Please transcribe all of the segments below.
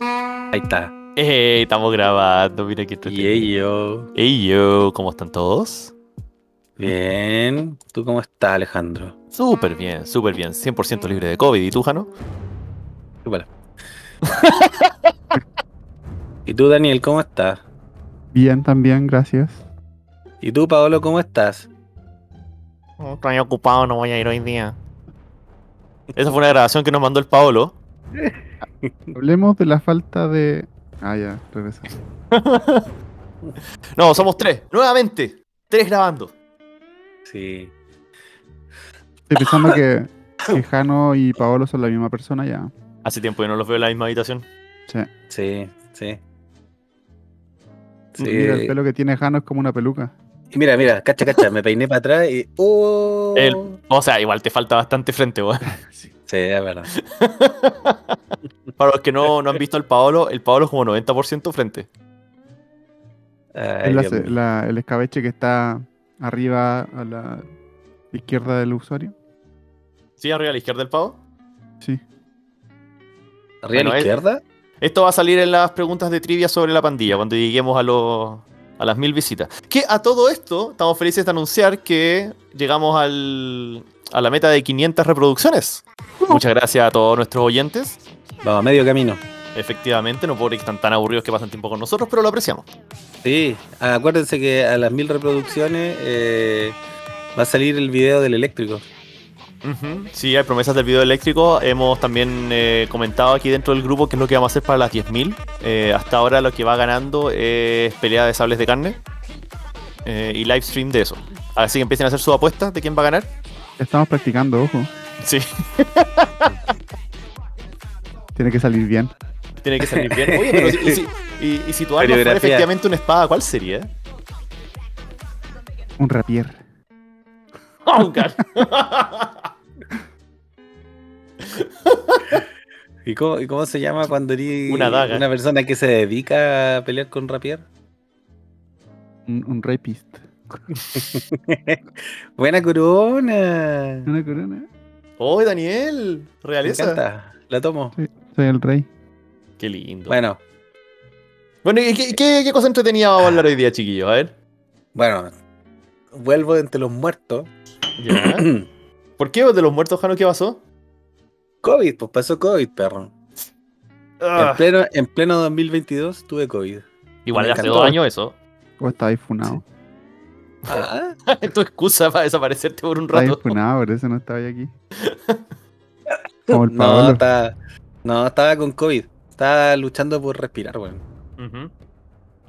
Ahí está. ¡Ey! Eh, Estamos grabando, mira que Y ey, yo. ¡Ey yo! ¿Cómo están todos? Bien. ¿Tú cómo estás, Alejandro? Súper bien, súper bien. 100% libre de COVID. ¿Y tú, Jano? Chúpala. ¿Y tú, Daniel, cómo estás? Bien, también, gracias. ¿Y tú, Paolo, cómo estás? Estoy ocupado, no voy a ir hoy día. Esa fue una grabación que nos mandó el Paolo. Hablemos de la falta de. Ah, ya, regresamos. No, somos tres. Nuevamente. Tres grabando. Sí. Estoy pensando que, que Jano y Paolo son la misma persona ya. Hace tiempo que no los veo en la misma habitación. Sí. Sí, sí. Sí. Mira, el pelo que tiene Jano es como una peluca. Y mira, mira, cacha, cacha, me peiné para atrás y. ¡Oh! El- O sea, igual te falta bastante frente, weón. Sí, es verdad. Para los que no, no han visto al Paolo, el Paolo es como 90% frente. Ay, pues. Es la- Dios mío. la- el escabeche que está arriba a la izquierda del usuario. ¿Sí? Arriba a la izquierda del Pavo. Sí. ¿Arriba a bueno, la es- izquierda? Esto va a salir en las preguntas de trivia sobre la pandilla cuando lleguemos a los a las mil visitas. Que a todo esto estamos felices de anunciar que llegamos al, a la meta de 500 reproducciones. Muchas gracias a todos nuestros oyentes. Vamos, a medio camino. Efectivamente, no puedo creer que están tan aburridos que pasan tiempo con nosotros, pero lo apreciamos. Sí, acuérdense que a las mil reproducciones eh, va a salir el video del eléctrico. Ujú. Sí, hay promesas del video eléctrico. Hemos también eh, comentado aquí dentro del grupo qué es lo que vamos a hacer para las 10.000. Eh, hasta ahora lo que va ganando es pelea de sables de carne eh, y live stream de eso. Así que empiecen a hacer sus apuestas de quién va a ganar. Estamos practicando, ojo. Sí, Tiene que salir bien. tiene que salir bien. Oye, pero si, y, si, y, y si tu arma fuera Coreografía. efectivamente una espada, ¿cuál sería? Un rapier. Oh, God. ¿Y cómo, y cómo se llama cuando eres Una daga. una persona que se dedica a pelear con rapier? Un, un rapist. Buena corona. Me Una corona. ¡Oh, Daniel! Realeza. encanta. La tomo. Soy el rey. Qué lindo. Bueno, Bueno, ¿y qué, qué- qué cosa entretenida vamos a hablar hoy día, chiquillos? A ver. bueno. Vuelvo entre los muertos. Ya. ¿Por qué de los muertos, Jano, qué pasó? COVID, pues pasó COVID, perro. Ah. En, pleno, en pleno 2022 tuve COVID. Igual Me de hace encantó. dos años eso. O Oh, está ahí funado. Ah, tu excusa para desaparecerte por un Está pues ahí rato. funado, por eso no estaba ahí aquí. Como el no, Paolo. estaba, no, estaba con COVID. Estaba luchando por respirar, weón. Ujú.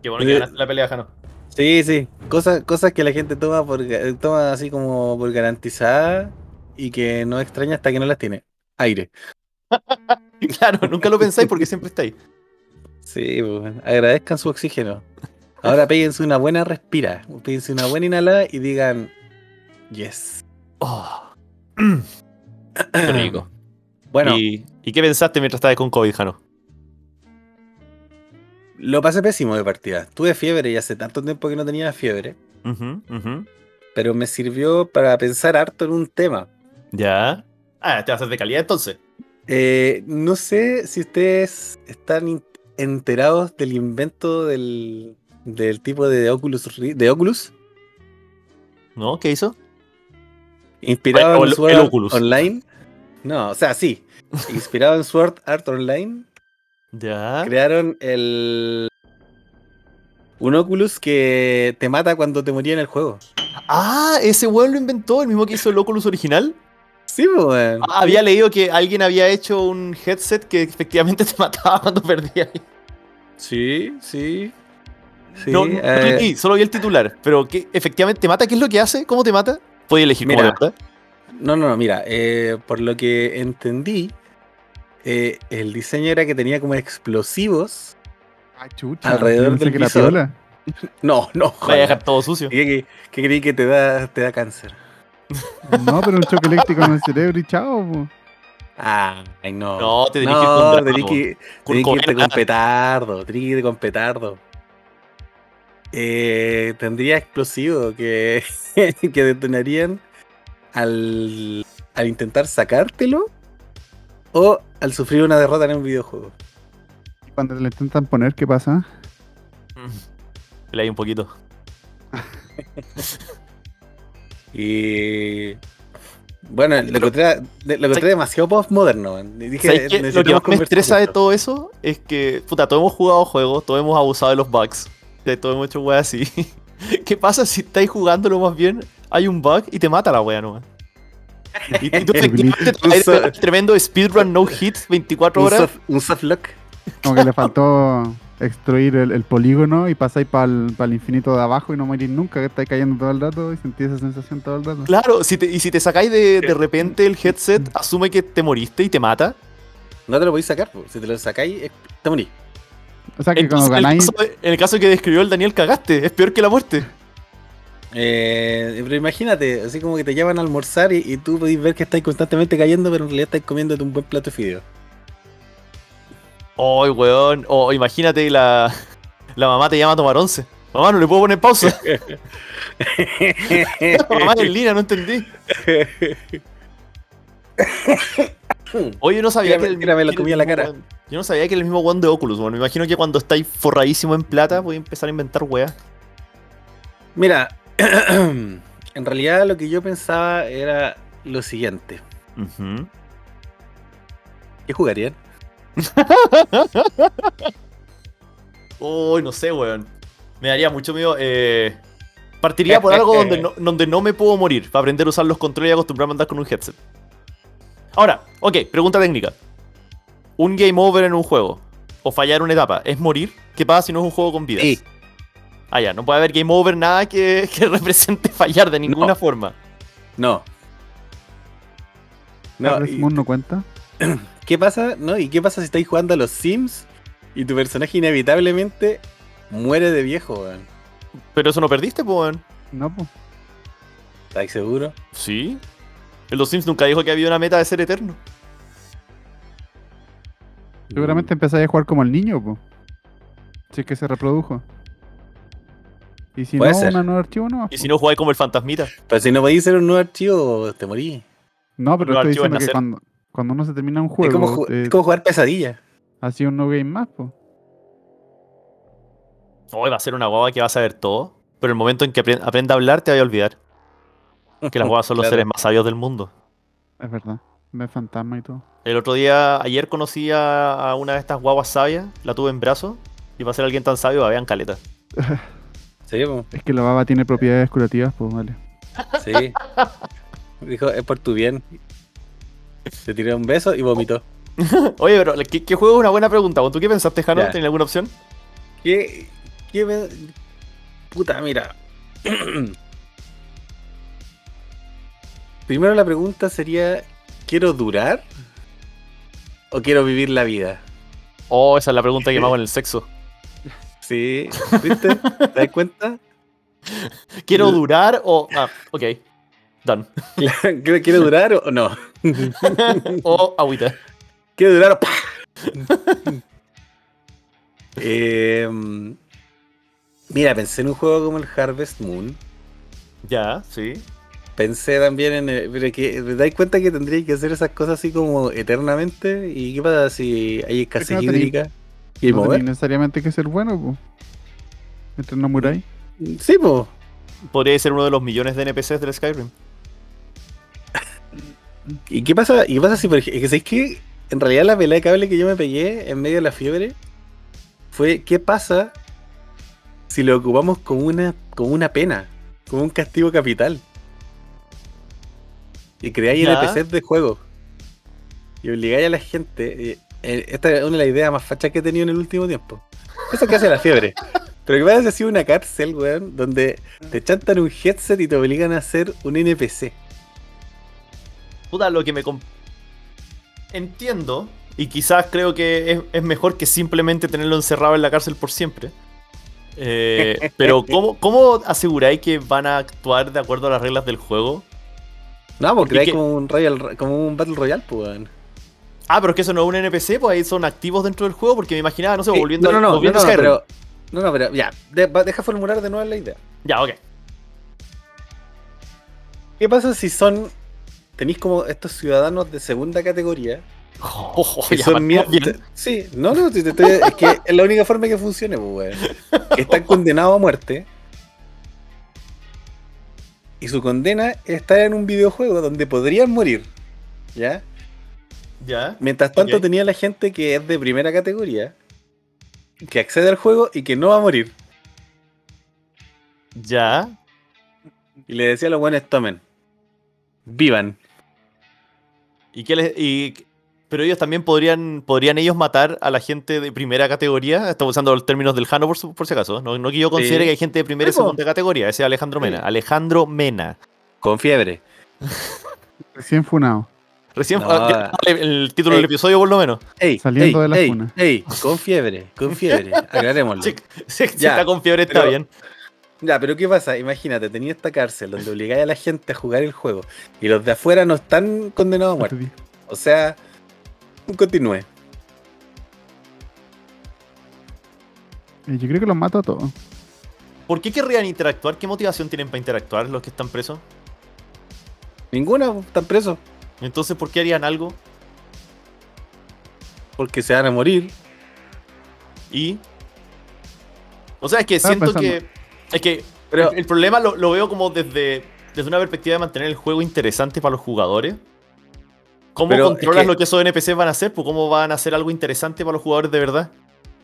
Qué bueno que ganaste la pelea, Jano. Sí, sí. Cosas, cosas que la gente toma, por, ga- toma así como por garantizada y que no extraña hasta que no las tiene. Aire. Claro, nunca lo pensáis porque siempre estáis. Sí, pues, agradezcan su oxígeno. Ahora péguense una buena respira, péguense una buena inhalada y digan yes. Oh, qué rico. Bueno, ¿Y, y qué pensaste mientras estabas con COVID, Jano? lo pasé pésimo de partida. Tuve fiebre y hace tanto tiempo que no tenía fiebre, Ujú, ujú. pero me sirvió para pensar harto en un tema. Ya. Ah, te vas a hacer de calidad entonces. Eh, no sé si ustedes están in- enterados del invento del, del tipo de Oculus, Ri- de Oculus ¿No? ¿Qué hizo? inspirado O en el- Sword el Art Oculus. Online. No, o sea, sí, inspirado en Sword Art Online. Ya. crearon el un Oculus que te mata cuando te moría en el juego. Ah, ese weón lo inventó, el mismo que hizo el Oculus original. Sí, pues, weón. Ah, Había leído que alguien había hecho un headset que efectivamente te mataba cuando perdías. Sí, sí. Sí, no, no, no eh, leí, solo vi el titular. Pero que efectivamente te mata, ¿qué es lo que hace? ¿Cómo te mata? Puedes elegir cómo Mira. te mata. no, no, no, mira, eh, por lo que entendí, eh, el diseño era que tenía como explosivos. Ah, chucha. Alrededor yo pensé del que la visor. piola. No, no, Vaya a joder. dejar todo sucio. Que, que- que creí que te da, te da cáncer. No, pero un choque eléctrico en el cerebro y chao. po. Ah, Ay, no. No, te dirigís con No, drama, tenés que, Con tenés que irte comer, con petardo, tenés que irte con petardo. Eh, tendría explosivo que, que detonarían al, al intentar sacártelo o al sufrir una derrota en un videojuego. Cuando le intentan poner, ¿qué pasa? Leí Mm. un poquito. Y. Bueno, lo encontré, lo encontré demasiado postmoderno. man. Y Dije, ¿Sabes qué? Lo que necesitamos más me conversar estresa de esto. todo eso es que, puta, todos hemos jugado juegos, todos hemos abusado de los bugs, de todos hemos hecho weas así. ¿Qué pasa si estáis jugándolo más bien? Hay un bug y te mata la wea nomás. Y, y tú te, glitch. te traes Un so- el tremendo speedrun no hit 24 Un horas. soft, un soft lock. Como que le faltó extruir el, el polígono y pasáis para el infinito de abajo y no morís nunca, que estáis cayendo todo el rato y sentís esa sensación todo el rato. Claro, si te- y si te sacáis de, de repente el headset, asume que te moriste y te mata. No te lo podéis sacar, po. si te lo sacáis, eh, te morís. O sea que Entonces, cuando en, el ganáis, caso, de- en el caso que describió el Daniel, cagaste. Es peor que la muerte. Eh, pero imagínate, así como que te llaman a almorzar y, y tú podéis ver que estáis constantemente cayendo, pero en realidad estáis comiéndote un buen plato de fideo. Ay, weón. O imagínate la, la mamá te llama a tomar once. Mamá, no le puedo poner pausa. mamá en línea, no entendí. Oye, yo no sabía Tírame- que. el- tírame la que el comida en la mismo cara. weón- yo no sabía que era el mismo weón de Oculus, bueno. Me imagino que cuando estáis forradísimo en plata, voy a empezar a inventar weas. Mira, en realidad lo que yo pensaba era lo siguiente. ¿Qué jugarían? Uy, no sé, weón. Me daría mucho miedo. eh, partiría por algo donde no, donde no me puedo morir, para aprender a usar los controles y acostumbrarme a andar con un headset. Ahora, ok, pregunta técnica. Un game over en un juego, o fallar una etapa, ¿es morir? ¿Qué pasa si no es un juego con vidas? Sí. Ah, ya, no puede haber game over nada que, que represente fallar de ninguna No. forma. No. No, Harvest y- Moon no cuenta. ¿Qué pasa? ¿No? ¿Y qué pasa si estáis jugando a los Sims y tu personaje inevitablemente muere de viejo, weón? Pero eso no perdiste, pues, weón. No, pues. ¿Estáis seguro? Sí. En los Sims nunca dijo que había una meta de ser eterno. Seguramente empezáis a jugar como el niño, pues. Si es que se reprodujo. Y si Puede no, ser. un nuevo archivo no. Y si no jugáis como el fantasmita. Pero si no podéis hacer un nuevo archivo, te morís. No, pero Los estoy archivos en diciendo que hacer. cuando, cuando uno se termina un es, como juego, ju- es eh, como jugar pesadilla. así un no game más, pues. Hoy va a ser una guava que va a saber todo, pero el momento en que apren- aprenda a hablar te vaya a olvidar. Que las guavas son los Claro. seres más sabios del mundo. Es verdad. Ve fantasma y todo. El otro día, ayer conocí a, a una de estas guaguas sabias, la tuve en brazos, y para ser alguien tan sabio, vean caleta. Sí, po, Es que la baba tiene propiedades curativas, pues vale. sí. Dijo, es por tu bien. Se tiró un beso y vomitó. Oye, pero ¿qué, qué juego es una buena pregunta? ¿Tú qué pensaste, Jano? Ya. ¿Tenías alguna opción? ¿Qué, qué me- Puta, mira. Primero la pregunta sería, ¿quiero durar? ¿O quiero vivir la vida? Oh, esa es la pregunta que me hago en el sexo. Sí, ¿viste? ¿Te das cuenta? ¿Quiero L- durar o.? Ah, ok. Done. ¿Quiero, quiero durar o o no? O agüita. ¿Quiero durar o ¡pah! Em, mira, pensé en un juego como el Harvest Moon. Ya, sí. Pensé también en. eh, Pero que te dais cuenta que tendría que hacer esas cosas así como eternamente. ¿Y qué pasa si hay escasez no tenéis- hídrica? ¿Y no mover? tiene necesariamente que ser bueno, pues. Mientras no muráis. Sí, pues. Podría ser uno de los millones de NPCs del Skyrim. ¿Y qué pasa, y qué pasa si, por ejemplo, que, que en realidad la pelea de cable que yo me pegué en medio de la fiebre fue qué pasa si lo ocupamos como una, como una pena, como un castigo capital? Y creáis Ya. NPCs de juego. Y obligáis a la gente. eh, eh, Esta es una de las ideas más fachas que he tenido en el último tiempo. Eso que hace la fiebre. Pero que pasa si sido una cárcel, weón, donde te chantan un headset y te obligan a hacer un NPC. Puta, lo que me... com- Entiendo, y quizás creo que es, es mejor que simplemente tenerlo encerrado en la cárcel por siempre. Eh, pero ¿cómo, ¿cómo aseguráis que van a actuar de acuerdo a las reglas del juego? No, porque Porque hay que- como un Royal, como un Battle Royale, pues. weón. Ah, pero es que eso no es un NPC, pues ahí son activos dentro del juego, porque me imaginaba, no sé, volviendo, Eh, no, al- no, no, no, volviendo no, a Skyrim. pero, no, no, pero ya, de- va- deja formular de nuevo la idea. Ya, ok. ¿Qué pasa si son, tenéis como estos ciudadanos de segunda categoría Ojo, Que ya son partió mier- bien. Sí, no, no, si te estoy- es que es la única forma que funcione, pues, weón. Que Están condenados a muerte. Y su condena es estar en un videojuego donde podrían morir. ¿Ya? Ya. Mientras tanto Ok. tenía la gente que es de primera categoría, que accede al juego y que no va a morir. Ya. Y le decía a los buenos, tomen. Vivan. ¿Y qué les- y- pero ellos también podrían, podrían ellos matar a la gente de primera categoría. Estamos usando los términos del Jano por, su- por si acaso. No, no que yo considere Sí. que hay gente de primera y Sí, po. segunda categoría. Ese es Alejandro Mena. Sí. Alejandro Mena. Con fiebre. Recién funado. Recién No. Eh, ah, ya sale el título del Ey. episodio, por lo menos. Ey, Saliendo ey, de la ey, cuna. ey, con fiebre, con fiebre. Aclarémoslo. Sí, sí, sí, Ya, está con fiebre, está pero- bien. Ya, pero ¿qué pasa? Imagínate, tenía esta cárcel donde obligaba a la gente a jugar el juego y los de afuera no están condenados a muerte. O sea, continúe. Eh, Yo creo que los mato a todos. ¿Por qué querrían interactuar? ¿Qué motivación tienen para interactuar los que están presos? Ninguna están presos Entonces, ¿por qué harían algo? porque se van a morir. Y. O sea, es que Estaba siento que. pensando. Es que. Pero- el, el problema lo, lo veo como desde, desde una perspectiva de mantener el juego interesante para los jugadores. ¿Cómo Pero es controlas que- lo que esos NPCs van a hacer? Pues, ¿Cómo van a hacer algo interesante para los jugadores de verdad?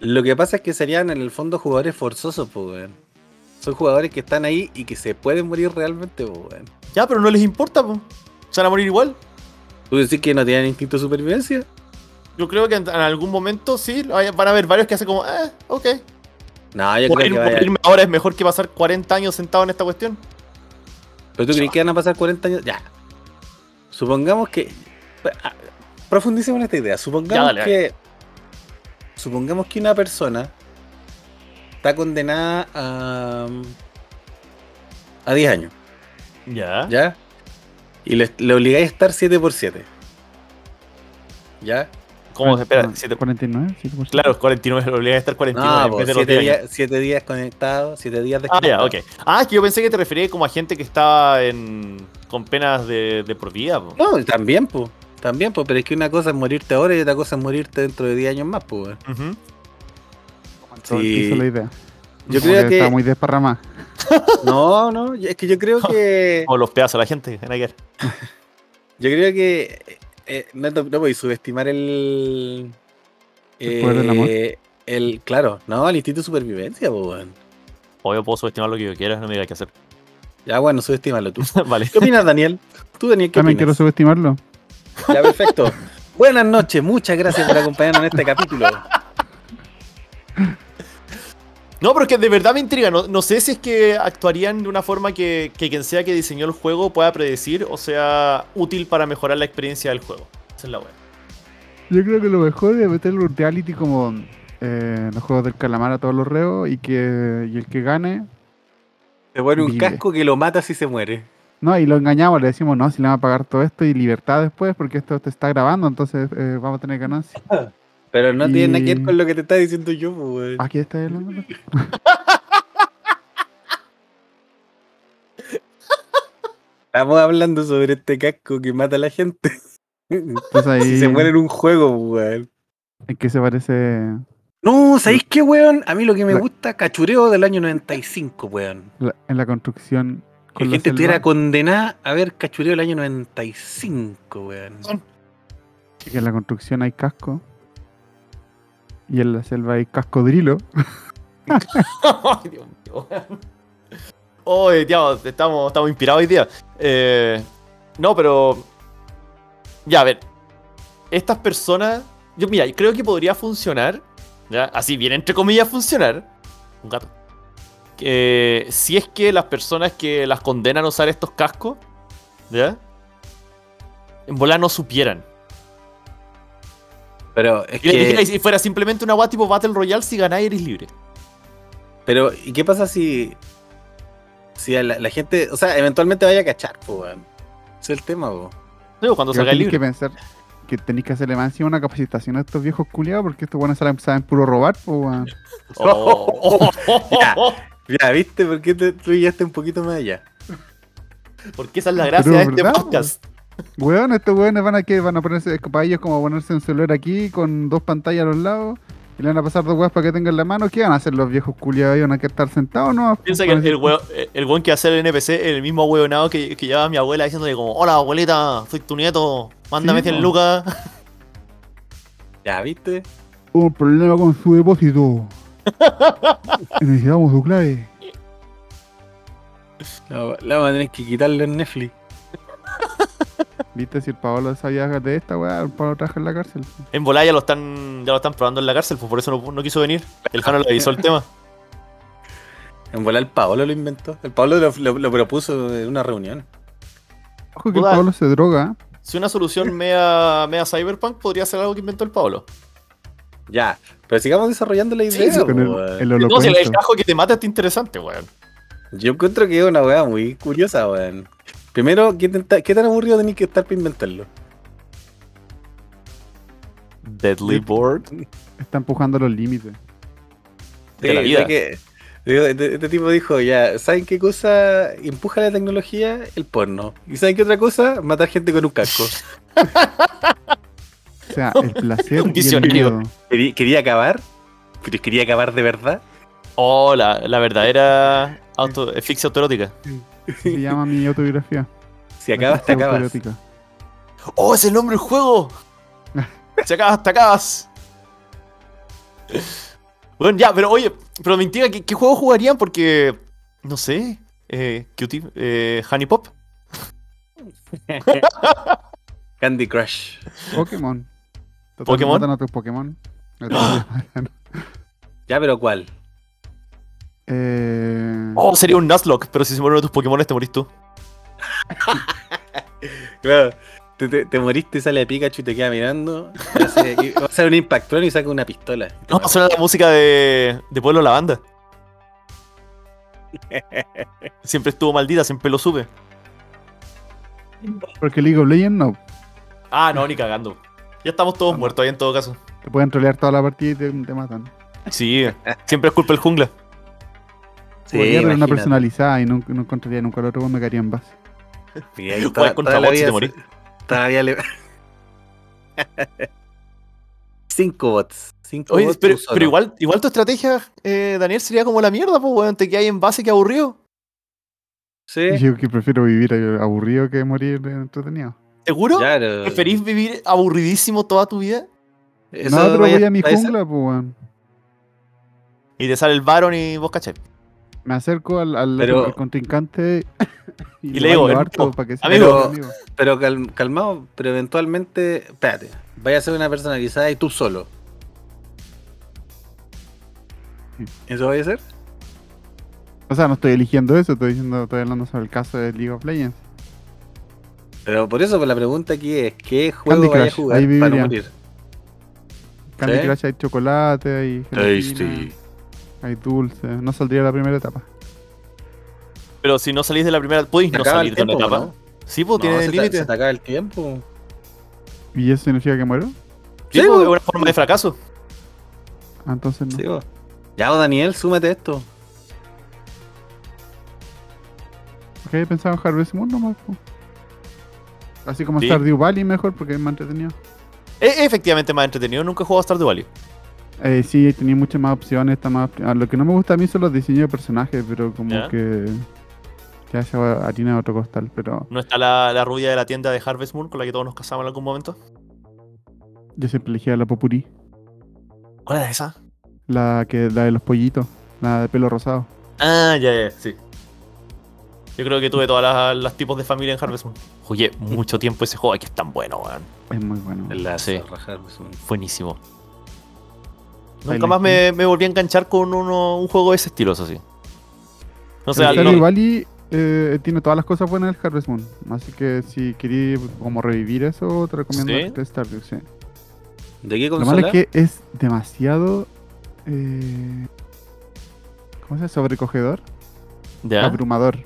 Lo que pasa es que serían en el fondo jugadores forzosos, pues, weón. Son jugadores que están ahí y que se pueden morir realmente, pues, weón. Ya, pero no les importa, po. Se van a morir igual. ¿Tú decís que no tienen instinto de supervivencia? Yo creo que en, en algún momento sí, hay- van a haber varios que hacen como, eh, ok. No, yo Morir- creo que vaya- morirme ahora es mejor que pasar 40 años sentado en esta cuestión. ¿Pero tú crees que van a pasar 40 años? Ya. Supongamos que. ah, Profundicemos en esta idea. Supongamos Ya, dale, que. Supongamos que una persona está condenada a. a 10 años, Ya. ¿ya? Y le, le obligáis a estar 7 por 7. ¿Ya? ¿Cómo? Espera, Ah, siete- 49, sí, por Claro, 49, lo obligan a estar 49 No, en vez de los 7 diez años. días, Ah, pues, siete días conectados, 7 días Ah, desconectados. ya, ok. Ah, es que yo pensé que te refería como a gente que estaba en, con penas de, de por vida. po. No, y también, pues. También, pues. Pero es que una cosa es morirte ahora y otra cosa es morirte dentro de 10 años más, pues. weón. Ujú. Todo el Sí. piso la idea. Yo Como creo que. Está muy desparramada. No, no, yo- es que yo creo que. O los pedazos a la gente en aquel. Yo creo que. eh, eh, no, no no podéis subestimar el. eh, ¿El poder del amor? el- claro, no, el instinto de supervivencia, po, weón. O yo puedo subestimar lo que yo quiera, no me digas qué hacer. Ya, bueno, subestímalo tú. vale. ¿Qué opinas, Daniel? Tú, Daniel, ¿qué También quiero opinas? subestimarlo. Ya, perfecto. Buenas noches, muchas gracias por acompañarnos en este capítulo. No, pero es que de verdad me intriga. No, no sé si es que actuarían de una forma que, que quien sea que diseñó el juego pueda predecir o sea útil para mejorar la experiencia del juego. Esa es la buena. Yo creo que lo mejor es meter un reality como eh, los juegos del calamar a todos los reos y que y el que gane. Te pone un Vive. casco que lo mata si se muere. No, y lo engañamos, le decimos, no, si le van a pagar todo esto y libertad después, porque esto te está grabando, entonces eh, vamos a tener ganancia. Pero no tiene nada que ver Y- Ah. con lo que te está diciendo yo, po, weón. ¿Aquí está hablando? Estamos hablando sobre este casco que mata a la gente. Entonces ahí. Si se muere en un juego, po, weón. ¿En qué se parece No, ¿sabéis qué, weón? A mí lo que me La- gusta, cachureo del año 95, weón. la- en la construcción? Que con la gente estuviera selva? condenada a ver cachureo del año 95, weón. Que en la construcción hay casco. Y en la selva hay cascodrilo. Ay, Dios mío. Oye, tío, estamos, estamos inspirados hoy día. Eh, no, pero. Ya, a ver. Estas personas. Yo, mira, creo que podría funcionar. ¿ya? Así, bien entre comillas, funcionar. Un gato. Que, si es que las personas que las condenan a usar estos cascos. ¿Ya? En bola no supieran. Pero es Y, le dijera, y que. si fuera simplemente una guá tipo Battle Royale, si ganáis eres libre. Pero, ¿y qué pasa si. Si a la, la gente. O sea, eventualmente vaya a cachar, po, weón. Ese es el tema, po. No, cuando Igual salgáis tenéis libre. que pensar que tenéis que hacerle más encima una capacitación a estos viejos culiados porque estos buenos saben, saben puro robar. Pues, weón. Oh. Ya. Ya, ¿viste? ¿Por qué te, tú llegaste un poquito más allá? Porque esa es la gracia Pero de es este verdad, podcast. Weón, estos weones van a que van a ponerse, para ellos como ponerse un celular aquí con dos pantallas a los lados y le van a pasar dos weas para que tengan la mano. ¿Qué van a hacer los viejos culiados? ¿Van a querer estar sentados no? Piensa que el, el, hueón- el weón que hace el NPC es el mismo hueonado que, que llevaba mi abuela diciéndole como, hola abuelita, soy tu nieto, mándame Sí, 100 po. lucas. Ya, ¿viste? Hubo un problema con su depósito. Necesitamos su clave. La, la vamos a tener que quitarle en Netflix. ¿Viste si el Paolo sabía de esta weá? El Paolo traje en la cárcel. En volada ya lo están, ya lo están probando en la cárcel, pues por eso no, no quiso venir. El Jano le avisó el tema. En volar el Paolo lo inventó. El Paolo lo, lo- lo propuso en una reunión. Ojo que el Puta. Paolo se droga. ¿eh? Si una solución media, media cyberpunk podría ser algo que inventó el Pablo. Ya, pero sigamos desarrollando la idea. po, Con el, weón. el No, si el- el holocuento. cajo que te mata está interesante, weón. Yo encuentro que es una weá muy curiosa, weón. Primero, ¿qué, tenta- qué tan aburrido tenéis que estar para inventarlo? Deadly Board. Está empujando los límites. De la vida. sé que- digo, este, este tipo dijo, ya, ¿saben qué cosa empuja la tecnología? El porno. ¿Y saben qué otra cosa? Matar gente con un casco. O sea, el placer Un y el visionario. miedo. quería, quería acabar, pero quería acabar de verdad. Oh, la, la verdadera auto, eh, asfixia autoerótica. Se llama mi autobiografía. Si acabas, te La acabas. autobiográfica. ¡Oh, es el nombre del juego! ¡Se acabas, te acabas! Bueno, ya, pero oye, pero me intriga, ¿qué, qué juego jugarían? Porque, no sé, eh, Cutie, eh, Honey Pop. Candy Crush. Pokémon. Total, ¿Pokémon? matan a tus Pokémon. Matan- Ya, pero ¿cuál? eh, Oh, sería un Nuzlocke, pero si se mueren tus Pokémon te morís tú. Claro. Te, te- te moriste, sale a Pikachu y te queda mirando. y hace- y Va a ser un impactón y saca una pistola. No, suena la música de, de Pueblo La Banda. Siempre estuvo maldita, siempre lo sube. Porque League of Legends no. Ah, no, ni cagando. Ya estamos todos muertos ahí en todo caso. Te pueden trolear toda la partida y te, te matan. Sí, siempre es culpa del jungla. Sí, Podría tener una imagínate. personalizada y no, no encontraría nunca el otro me caería en base. Y ahí Juegas toda- contra toda la bots y vida te se- morís. Todavía le. cinco bots. Cinco Oye, bots. pero, tú solo. pero igual, igual tu estrategia, eh, Daniel, sería como la mierda, pues, weón. Te quedas ahí en base, que aburrido. Sí. Yo que prefiero vivir aburrido que morir entretenido. ¿Seguro? Ya, pero- ¿Preferís vivir aburridísimo toda tu vida? eso no, pero vaya- voy a mi vaya ser- jungla, pues weón. Y te sale el Baron y vos cachai. Me acerco al, al- Pero- al contrincante Y le digo, harto amigo, para que amigo. amigo. Pero cal- calmado, pero eventualmente. Espérate. Vaya a ser una personalizada y tú solo. ¿Eso vaya a ser? O sea, no estoy eligiendo eso, estoy diciendo, estoy hablando sobre el caso de League of Legends. Pero por eso, pues, la pregunta aquí es: ¿qué juego Candy vaya Crush, a jugar ahí para no viviría. morir? Candy ¿Sí? Crush hay chocolate, hay gelatina, hay dulce. No saldría la primera etapa. Pero si no salís de la primera, podéis Se no acaba salir el de una tiempo, etapa. ¿no? Sí, pues, No, tiene se te- límite. Se te acaba el tiempo. ¿Y eso significa que muero? Sí, Sí, pues, pues. es una forma de fracaso. Ah, entonces no. Sí, vos. Ya, vos, Daniel, súmate a esto. Ok, pensaba en Harvest Moon nomás. po. Así como Sí. Stardew Valley mejor porque es más entretenido. Es es efectivamente más entretenido. Nunca he jugado a Stardew Valley. Eh, sí, tenía muchas más opciones, está más... ah, Lo que no me gusta a mí son los diseños de personajes, pero como ¿Ya? que... Ya se va harina de otro costal, pero No está la, la rubia de la tienda de Harvest Moon con la que todos nos casamos en algún momento. yo siempre elegía la Popuri, ¿Cuál era esa? la que la de los pollitos, la de pelo rosado. Ah, ya, ya, sí. Yo creo que tuve todas las, las tipos de familia en Harvest Moon. Oye, mucho tiempo ese juego. Ay, que es tan bueno, weón. Es muy bueno. La Sí. zorra, pues, Harrison. Buenísimo. Nunca Silent más me, me volví a enganchar con uno- un juego de ese estilo, eso sí. No sé, el no- Stardew Valley eh, tiene todas las cosas buenas del Harvest Moon, así que si querí como revivir eso, te recomiendo ¿Sí? este Stardew, sí. ¿De qué Lo consola? malo es que es demasiado... eh, ¿Cómo se llama? Sobrecogedor. ya. abrumador.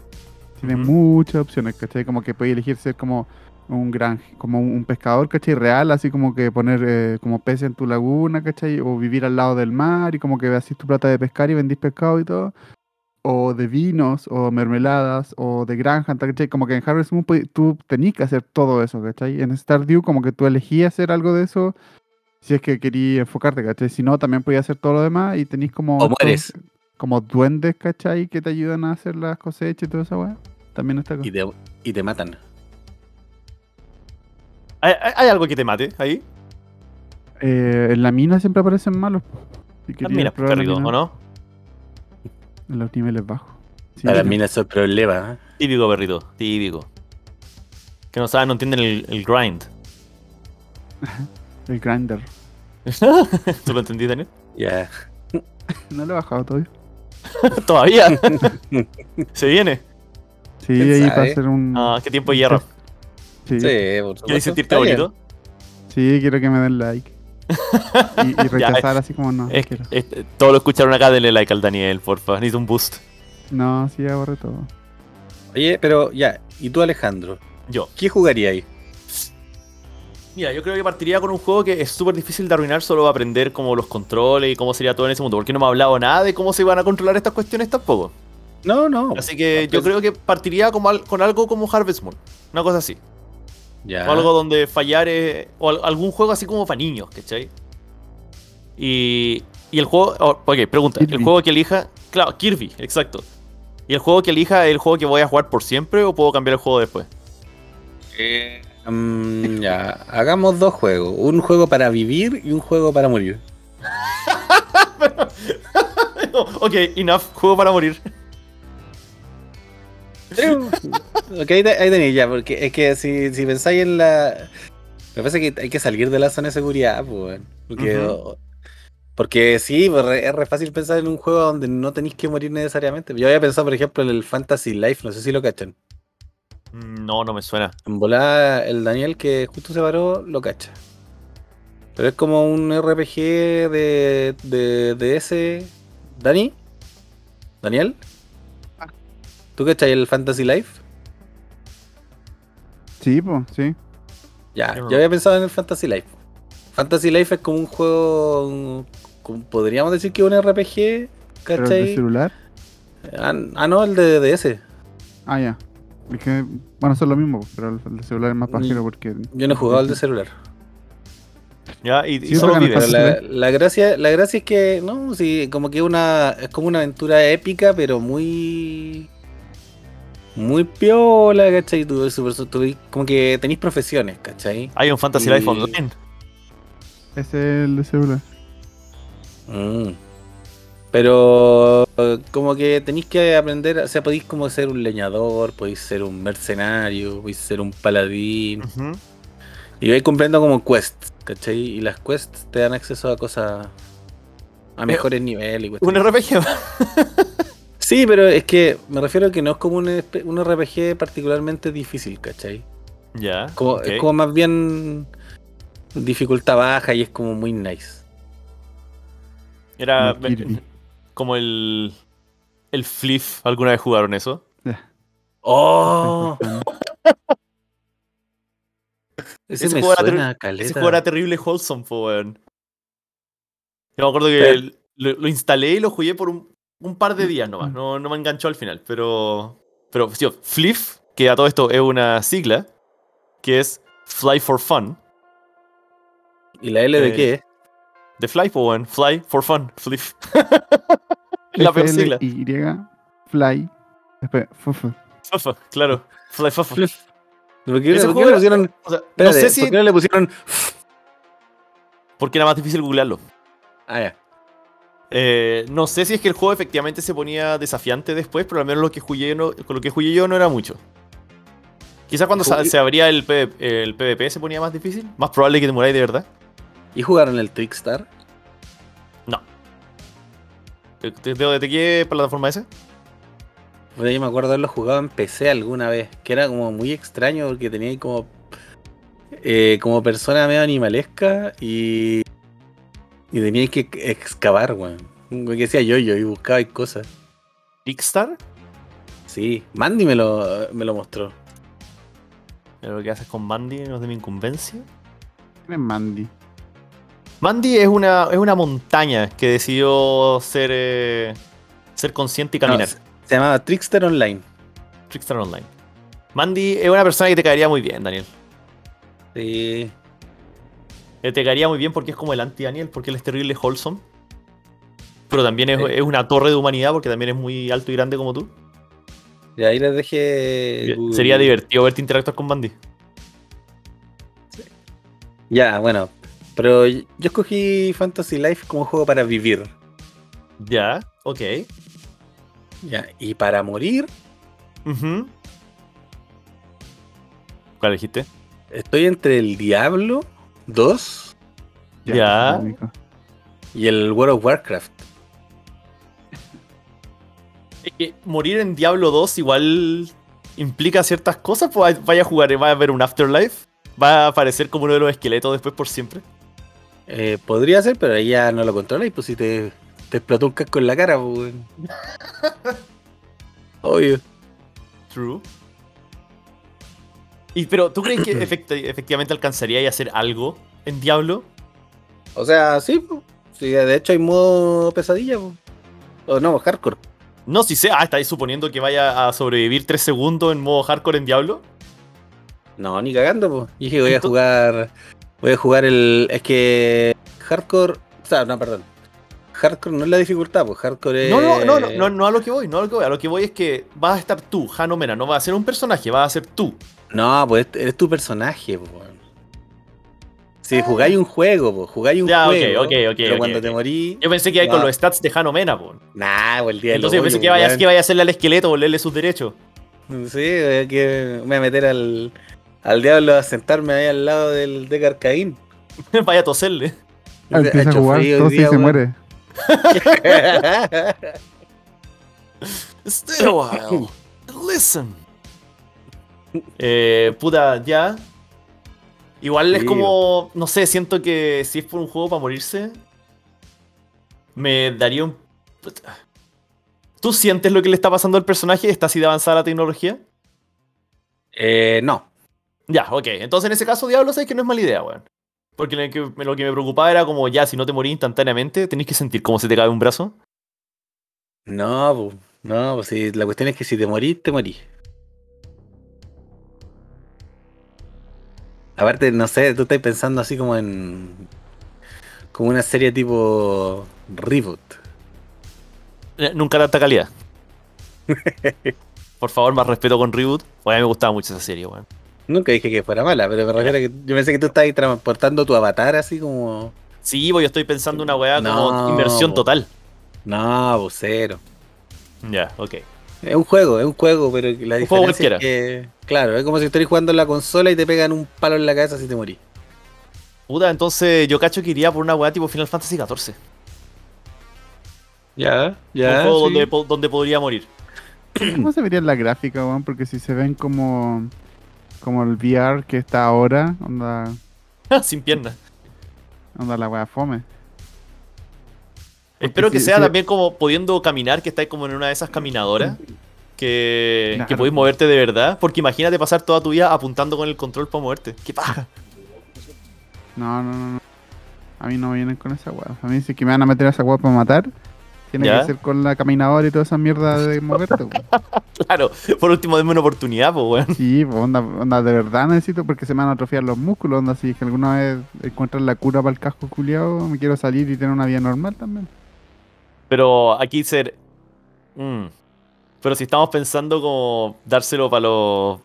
Tiene Ujú. muchas opciones, ¿cachai? Como que puede elegir ser como un gran, como un un pescador, ¿cachai? Real, así como que poner eh, como peces en tu laguna, ¿cachai? O vivir al lado del mar y como que así tu plata de pescar y vendís pescado y todo. o de vinos, o mermeladas, o de granja, ¿cachai? Como que en Harvest Moon pues, tú tenías que hacer todo eso, ¿cachai? En Stardew como que tú elegías hacer algo de eso si es que querías enfocarte, ¿cachai? Si no, también podías hacer todo lo demás y tenéis como... O mueres. Como duendes, ¿cachai? Que te ayudan a hacer las cosechas y toda esa weá. También está... Y te, y te matan. ¿Hay, hay- hay algo que te mate ahí? Eh, en la mina siempre aparecen malos. Si Ah, querías mira, probar qué la rico, mina ¿o no? En los niveles bajos. Sí, Para sí. mí no es el problema. ¿eh? Típico, perrito, típico. Que no saben, no entienden el, el grind. El grinder. ¿Tú lo entendiste, Daniel? Ya. No lo he bajado todavía. Todavía. Se viene. Sí, ¿Quién ahí sabe? para hacer un. Ah, qué tiempo hierro. Sí, sí, sí. por supuesto. ¿Quieres sentirte Está bien. bonito? quiero que me den like. Y, y rechazar así como no. no Es- quiero. es- eh, todos lo escucharon acá, denle like al Daniel, porfa. Necesito un boost. No, sí, aborre todo. Oye, pero ya. ¿Y tú, Alejandro? Yo. ¿Qué jugaría ahí? Mira, yo creo que partiría con un juego que es súper difícil de arruinar, solo va a aprender como los controles y cómo sería todo en ese mundo. Porque no me ha hablado nada de cómo se van a controlar estas cuestiones tampoco. No, no. Así que yo Pues- creo que partiría como al- con algo como Harvest Moon. Una cosa así. Ya. O algo donde fallar es- o al- algún juego así como para niños, ¿cachai? Y, y el juego... oh, ok, pregunta. ¿El Kirby. juego que elija... Claro, Kirby, exacto. ¿Y el juego que elija es el juego que voy a jugar por siempre o puedo cambiar el juego después? Eh, Mm, ya. Hagamos dos juegos. Un juego para vivir y un juego para morir. ok, enough, juego para morir. ok, ahí, te- ahí tenéis ya, porque es que si, si pensáis en la. Me parece que hay que salir de la zona de seguridad, pues, weón. porque, Ujú. porque sí, pues, re- es re fácil pensar en un juego donde no tenéis que morir necesariamente. Yo había pensado, por ejemplo, en el Fantasy Life, no sé si lo cachan. Mm, No, no me suena. En volada, el Daniel que justo se paró, lo cacha. Pero es como un RPG de, de, de ese. ¿Dani? ¿Daniel? Ah. ¿Tú cachai el Fantasy Life? Sí, pues, sí. Ya, Qué yo horror. había pensado en el Fantasy Life. Fantasy Life es como un juego. como- podríamos decir que es un RPG, Pero el de ¿cachai? celular. Ah, ah, no, el de DS. Ah, ya. Es que, bueno, son lo mismo, pero el- el de celular es más pajero porque. Yo no he jugado al de celular. Ya, y, y Sí, solo porque en el vives. Pero Fantasy la, Life. la gracia, la gracia es que, no, sí, como que una, es como una aventura épica, pero muy, muy piola, ¿cachai? Tú, su- su- tú- como que tenéis profesiones, ¿cachai? Hay un Fantasy Y- Life Online. Ese es el de celular. Mm. Pero eh, como que tenéis que aprender, o sea, podéis como ser un leñador, podéis ser un mercenario, podéis ser un paladín. Ujú. Y vais cumpliendo como quests, ¿cachai? Y las quests te dan acceso a cosas, a mejores niveles. y cuestiones. Un RPG. Sí, pero es que me refiero a que no es como un, espe- un RPG particularmente difícil, ¿cachai? ya. Como, ok. Es como más bien dificultad baja y es como muy nice. Era Como Kirby. como el. El Fliff. ¿Alguna vez jugaron eso? ¡Oh! Ese, Ese me juego era suena, a Ese caleta. juego era terrible wholesome, po, weón. Yo me acuerdo que Pero- Mm. el- lo, lo instalé y lo jugué por un, un par de días nomás. No, no me enganchó al final, pero. Pero, sí, Fliff, que a todo esto es una sigla, que es Fly for Fun. ¿Y la L de Eh, qué? De Fly, po, weón. Fly for Fun, Fliff. La peor sigla. Y, fly. Después, fufu. Fafa, claro. Fly Fafa. Fliff. ¿Por qué, ese por qué juego le era- pusieron, O sea, no espérate, sé si. ¿por qué no le pusieron... Porque era más difícil googlearlo. Ah, ya. Eh, no sé si es que el juego efectivamente se ponía desafiante después, pero al menos lo que jugué, no, con lo que jugué yo no era mucho. Quizás cuando sa- Jugué- se abría el, PV el PvP se ponía más difícil. Más probable que te muráis de verdad. ¿Y jugaron el Trickstar? No. ¿Te, Eh, te, te- te- qué plataforma esa? Bueno, yo me acuerdo haberlo jugado en PC alguna vez, que era como muy extraño porque tenía ahí como, eh, como persona medio animalesca y, y tenía que excavar, weón. Un weón Que decía yo, yo y buscaba y cosas. ¿Kickstar? Sí, Mandy me lo, me lo mostró. Lo que haces con Mandy no es de mi incumbencia. ¿Quién es Mandy? Mandy es Ah, una, es una montaña que decidió ser, eh, ser consciente y caminar. No, Se llamaba Trickster Online. Trickster Online. Mandy es una persona que te caería muy bien, Daniel. Sí. Eh, Te caería muy bien porque es como el anti-Daniel, porque él es terrible wholesome. Pero también es, Sí. es una torre de humanidad porque también es muy alto y grande como tú. Y ahí les dejé. eh, Bien, Google. Eh, Sería divertido verte interactuar con Mandy. Ya, bueno. Pero yo escogí Fantasy Life como un juego para vivir. Ya, ok. Ya. Y para morir, Ujú. ¿Cuál elegiste? estoy entre el Diablo 2 Ya. amigo. y el World of Warcraft. Es que morir en Diablo 2 igual implica ciertas cosas. Pues vaya a jugar, va a haber un afterlife. Va a aparecer como uno de los esqueletos después por siempre. Eh, podría ser, pero ahí ya no lo controla y pues si te, te explotó un casco en la cara, pues. weón. Obvio. True. Y, pero, ¿tú crees que efecti- efectivamente alcanzaría a hacer algo en Diablo? O sea, sí, pues. sí, de hecho hay modo pesadilla, pues. O no, hardcore. No, si sé. Ah, estáis suponiendo que vaya a sobrevivir 3 segundos en modo hardcore en Diablo. No, ni cagando, po. Y dije, voy a Ento- jugar. Voy a jugar el. Es que. Hardcore. O sea, no, perdón. Hardcore no es la dificultad, pues. Hardcore es. No, no, no, no, no, no a lo que voy, no a lo que voy. A lo que voy es que vas a estar tú, Jano Mena. No vas a ser un personaje, vas a ser tú. No, pues eres tu personaje, po. Si jugáis un juego, po. Jugáis un Ah. Ya, ok, juego. ok, ok, Pero ok, cuando ok. te morí. Yo pensé que iba Ah. con los stats de Jano Mena, po. Nah, pues el día del Entonces yo hoyo, pensé que po, vaya, weón. que vaya a hacerle al esqueleto, volverle sus derechos. Sí, eh, que me voy a meter al. Al diablo a sentarme ahí al lado del de Carcaín. vaya a toserle. Ah, empieza a jugar, todo y se muere. muere. Stay a while. Listen. Eh, puta, ya. Igual es Sí. como. No sé, siento que si es por un juego para morirse. Me daría un. puta. ¿Tú sientes lo que le está pasando al personaje? ¿Está así de avanzada la tecnología? eh, no. Ya, ok. Entonces en ese caso, Diablo, sabes que no es mala idea, weón. Porque lo que, lo que me preocupaba era como ya, si no te morís instantáneamente, tenés que sentir cómo se te cae un brazo. No, pues, no, pues si- la cuestión es que si te morís, te morís. Aparte, no sé, tú estás pensando así como en. como una serie tipo. reboot. Eh, Nunca tanta calidad. Por favor, más respeto con Reboot. Oye, a mí me gustaba mucho esa serie, weón. Nunca dije que fuera mala, pero me refiero a que yo pensé que tú estabas transportando tu avatar así como. Sí, pues yo estoy pensando una weá No, como inversión po. total. No, pues cero. Ya, ok. Es un juego, es un juego, pero la Un juego diferencia cualquiera. es que. Claro, es como si estuvieras jugando en la consola y te pegan un palo en la cabeza si te morís. Puta, entonces yo cacho que iría por una weá tipo Final Fantasy XIV. Ya, un juego donde, po- donde podría morir. ¿Cómo se vería la gráfica, weón? Porque si se ven como, como el VR que está ahora, onda, Sin piernas. onda la wea fome. Espero que sí, sea sí. también como pudiendo caminar, que estáis como en una de esas caminadoras. Que, Claro. que podéis moverte de verdad. Porque imagínate pasar toda tu vida apuntando con el control para moverte. ¡Qué paja! No, no, no, no. A mí no me vienen con esa wea. A mí si es que me van a meter a esa wea para matar, tiene ¿Ya? que ser con la caminadora y toda esa mierda de moverte, weón. Claro, por último, denme una oportunidad, pues, weón. Sí, pues, onda, onda, de verdad necesito porque se me van a atrofiar los músculos, onda, si es que alguna vez encuentran la cura para el casco culiado, me quiero salir y tener una vida normal también. Pero aquí ser. Mm. Pero si estamos pensando como dárselo para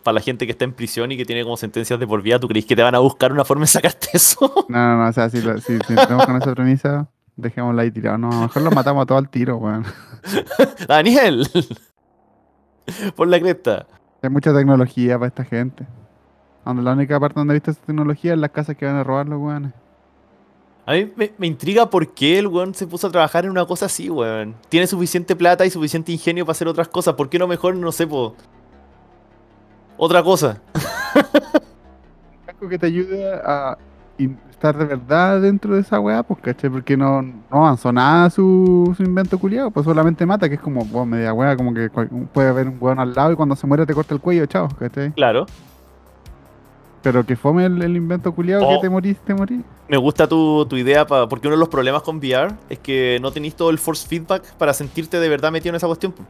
para la gente que está en prisión y que tiene como sentencias de por vida, ¿tú crees que te van a buscar una forma de sacarte eso? No, no, no, o sea, si, lo- si, si estamos con esa premisa, dejémosla ahí tirado. No, a lo mejor lo matamos a todo al tiro, weón. ¡Daniel! por la cresta. Hay mucha tecnología para esta gente. Donde la única parte donde he visto esa tecnología es las casas que van a robar los weones. A mí me, me intriga por qué el weón se puso a trabajar en una cosa así, weón. Tiene suficiente plata y suficiente ingenio para hacer otras cosas. ¿Por qué no mejor, no sé, po? Otra cosa. Algo que te ayude a in- estar de verdad dentro de esa weá, pues caché, porque no, no avanzó nada su, su invento culiado, pues solamente mata, que es como weón, media weá, como que cual- puede haber un weón al lado y cuando se muere te corta el cuello, chao, caché. Claro. Pero que fome el, el invento culiado Oh. que te morís, te morís. Me gusta tu, tu idea, pa- porque uno de los problemas con VR es que no tenéis todo el force feedback para sentirte de verdad metido en esa cuestión. po.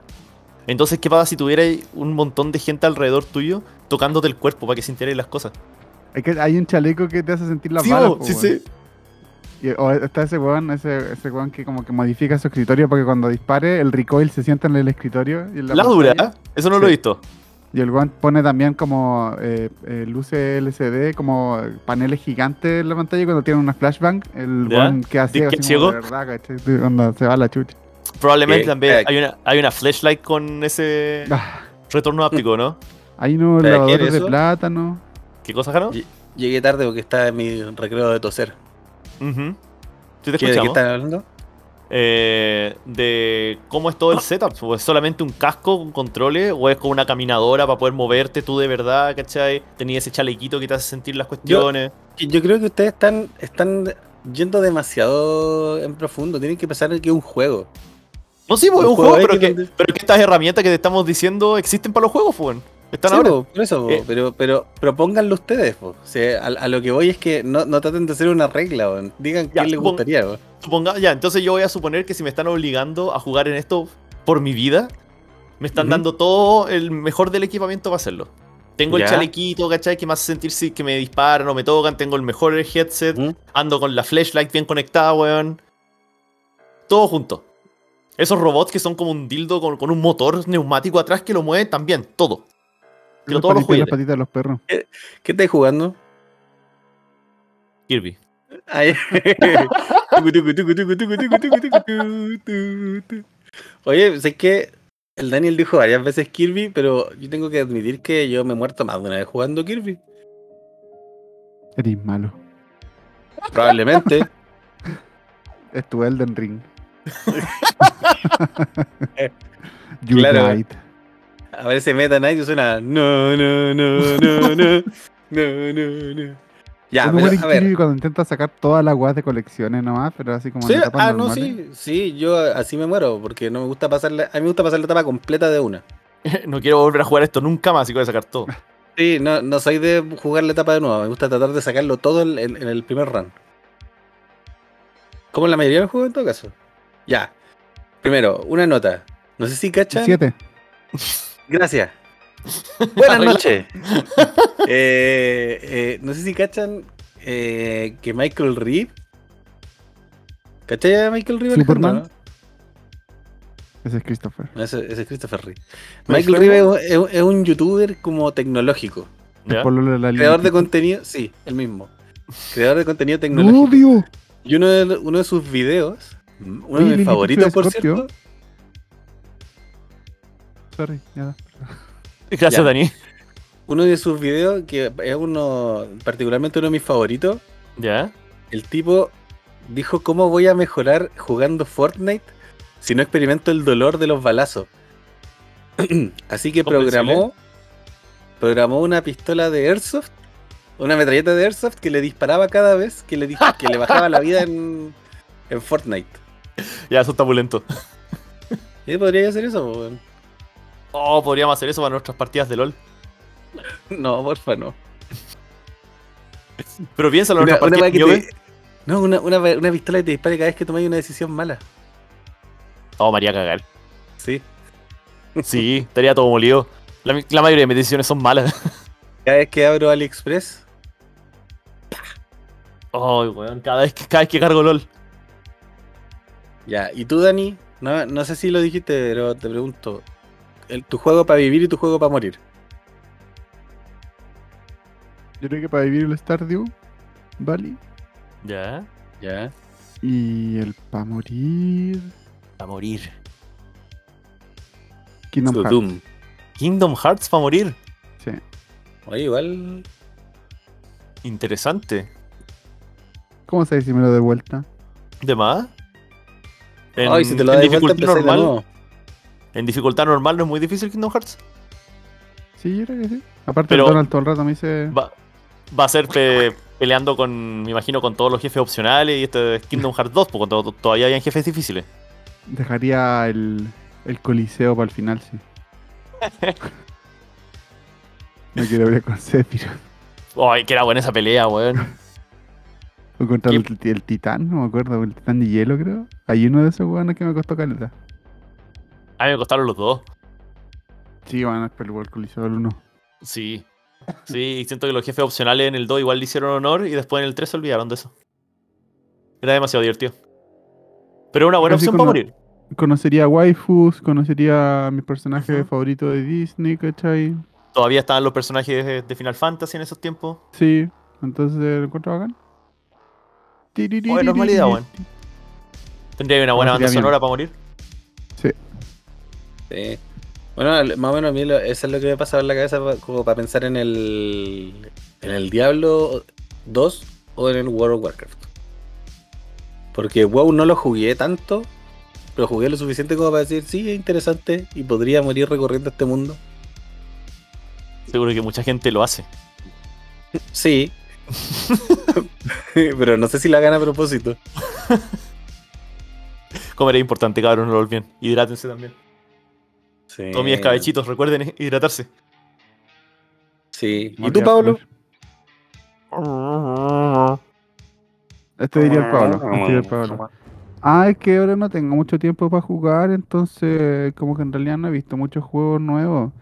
Entonces, ¿qué pasa si tuvierais un montón de gente alrededor tuyo tocándote el cuerpo para que sintierais las cosas? Hay, que, hay un chaleco que te hace sentir la Sí, balas, bo, po, sí, weón. sí. Y- o está ese weón, ese, ese weón que como que modifica su escritorio para que cuando dispare el recoil se sienta en el escritorio. Y en la La dura, pantalla. ¿eh? Eso no lo he Sí. visto. Y el weón pone también como eh, eh, luces LCD, como paneles gigantes en la pantalla y cuando tiene una flashbang, el ¿Ya? weón queda ciego. queda así como ciego? de verdad, ¿cachai? Sí, onda, se va la chucha. Probablemente Eh, también eh. hay una, hay una flashlight con ese Ah, retorno áptico, ¿no? Hay unos ¿Para qué lavadores era de eso? plátano. ¿Qué cosa, Jano? Lle- Llegué tarde porque estaba en mi recreo de toser. Ujú. Sí, te ¿Qué, ¿De qué escuchamos. están hablando? Eh, de cómo es todo el setup. ¿O es solamente un casco con controles? ¿O es con una caminadora para poder moverte tú de verdad? ¿Cachai? Tenías ese chalequito que te hace sentir las cuestiones. Yo creo que ustedes están, están yendo demasiado en profundo. Tienen que pensar en que es un juego. No, sí, pues, Un es un juego juego, X pero, que, donde- pero que estas herramientas que te estamos diciendo existen para los juegos, pues. Están Sí, ahora. po, por eso, po, Eh. pero, pero propónganlo ustedes. po. O sea, a, a lo que voy es que no, no traten de hacer una regla. po. Digan Ya, qué les pon- gustaría. po. Suponga- ya, entonces yo voy a suponer que si me están obligando a jugar en esto por mi vida, me están Ujú. dando todo el mejor del equipamiento para hacerlo. Tengo Ya. el chalequito, ¿cachai? Que me hace sentir si que me disparan o me tocan. Tengo el mejor headset. Ujú. Ando con la flashlight bien conectada, weón. Todo junto. Esos robots que son como un dildo con, con un motor neumático atrás que lo mueve también, todo. Pero Las todos los patitas, las juguetes. patitas de los perros. ¿Qué estáis jugando? Kirby. Ay. Tucu, tucu, tucu, tucu, tucu, tucu, tucu, tucu, tu, tu. Oye, sé que el Daniel dijo varias veces Kirby, pero yo tengo que admitir que yo me he muerto más de una vez jugando Kirby. Eres malo. Probablemente. Es tu Elden Ring. Eh, you claro. died. A ver ese Meta Knight y suena. No, no, no, no, no. No, no, no. Ya, Uno muere pero, en a ver. Kirby cuando intenta sacar todas las guas de colecciones nomás, pero así como en Sí, etapas ah, no, normales. sí, sí, yo así me muero, porque no me gusta pasar la, a mí me gusta pasar la etapa completa de una. no quiero volver a jugar esto nunca más y voy a sacar todo. Sí, no, no soy de jugar la etapa de nuevo, me gusta tratar de sacarlo todo en, en- en el primer run. Como en la mayoría de los juegos en todo caso. Ya. Primero, una nota. No sé si cachan. Siete. Gracias. Buenas Arregla- noches. Eh, eh, no sé si cachan eh, que Michael Reeve. ¿Cachai a Michael Reeve? Alejandro, Superman. no? Ese es Christopher. No, ese, ese es Christopher Reeve. ¿No es Michael Reeve es, un- es un- es un youtuber como tecnológico. ¿Ya? El pololo de la Creador de Lili. contenido, sí, el mismo. Creador de contenido ¡No, tecnológico. odio! Y uno de, uno de sus videos, uno Oye, de Lili, mis favoritos, ¿tú por eres Scorpio? cierto. Sorry, ya. Gracias, Ya. Dani. Uno de sus videos, que es uno, particularmente uno de mis favoritos, ¿Ya? el tipo dijo cómo voy a mejorar jugando Fortnite si no experimento el dolor de los balazos. Así que programó programó una pistola de airsoft, una metralleta de airsoft que le disparaba cada vez que le dis- que le bajaba la vida en, en Fortnite. Ya, eso está pulento. ¿Y podría hacer eso? po, weón? Oh, podríamos hacer eso para nuestras partidas de LOL. No, porfa, no. Pero piénsalo, Una, nuestras una partidas weá que de te- no, una, una- una pistola que te dispare cada vez que tomáis una decisión mala. Oh, María cagar. Sí. Sí, estaría todo molido. La, mi- la mayoría de mis decisiones son malas. Cada vez que abro AliExpress, Ay, Oh, weón, cada vez, que, cada vez que cargo LOL. Ya, y tú, Dani, no, no sé si lo dijiste, pero te pregunto: el- tu juego para vivir y tu juego para morir. Yo creo que para vivir el Stardew Valley Ya. Ya. y el para morir Para morir. Kingdom Su Hearts. Doom. Kingdom Hearts para morir. Sí. Oye, igual. Interesante. ¿Cómo se dice si me lo de vuelta? ¿De más? En, Ay, si te lo en das de vuelta, dificultad empecé de normal. nuevo. En dificultad normal no es muy difícil Kingdom Hearts. Sí, yo creo que sí. Aparte Pero- Donald todo el rato me dice Va, va a ser pe- peleando con, me imagino, con todos los jefes opcionales. Y esto es Kingdom Hearts 2, porque to- todavía hay jefes difíciles. dejaría el, el coliseo para el final, sí. no quiero ver con Sephiroth. Ay, que era buena esa pelea, weón. O contra ¿Qué? el, el titán, no me acuerdo, el titán de hielo creo. Hay uno de esos weones que me costó caleta. A mí me costaron los dos. Sí, van a peludo el coliseo del 1. Sí. Sí, y siento que los jefes opcionales en el 2 igual le hicieron honor y después en el 3 se olvidaron de eso. Era demasiado divertido. Pero una buena Pero sí opción con para la- morir. Conocería waifus, conocería a mi personaje Ujú. favorito de Disney, ¿cachai? Todavía estaban los personajes de, de Final Fantasy en esos tiempos. Sí, entonces lo encuentro bacán. Oye, no es mala idea, Oh, weón. Tendría una buena No, sería banda bien. sonora para morir. Sí. Bueno, al- más o menos a mí lo- eso es lo que me pasaba en la cabeza pa- como para pensar en el en el Diablo 2 o en el World of Warcraft. Porque WoW no lo jugué tanto, pero jugué lo suficiente como para decir, sí, es interesante y podría morir recorriendo este mundo. Seguro que mucha gente lo hace. Sí. pero no sé si la gana a propósito. Comer es importante, cabrón, no lo olviden. Hidrátense también. Sí. Tomen escabechitos, recuerden eh, hidratarse. Sí. ¿Y tú, Pablo? Este diría el Pablo. Este diría el Pablo. Ah, es que ahora no tengo mucho tiempo para jugar, entonces como que en realidad no he visto muchos juegos nuevos.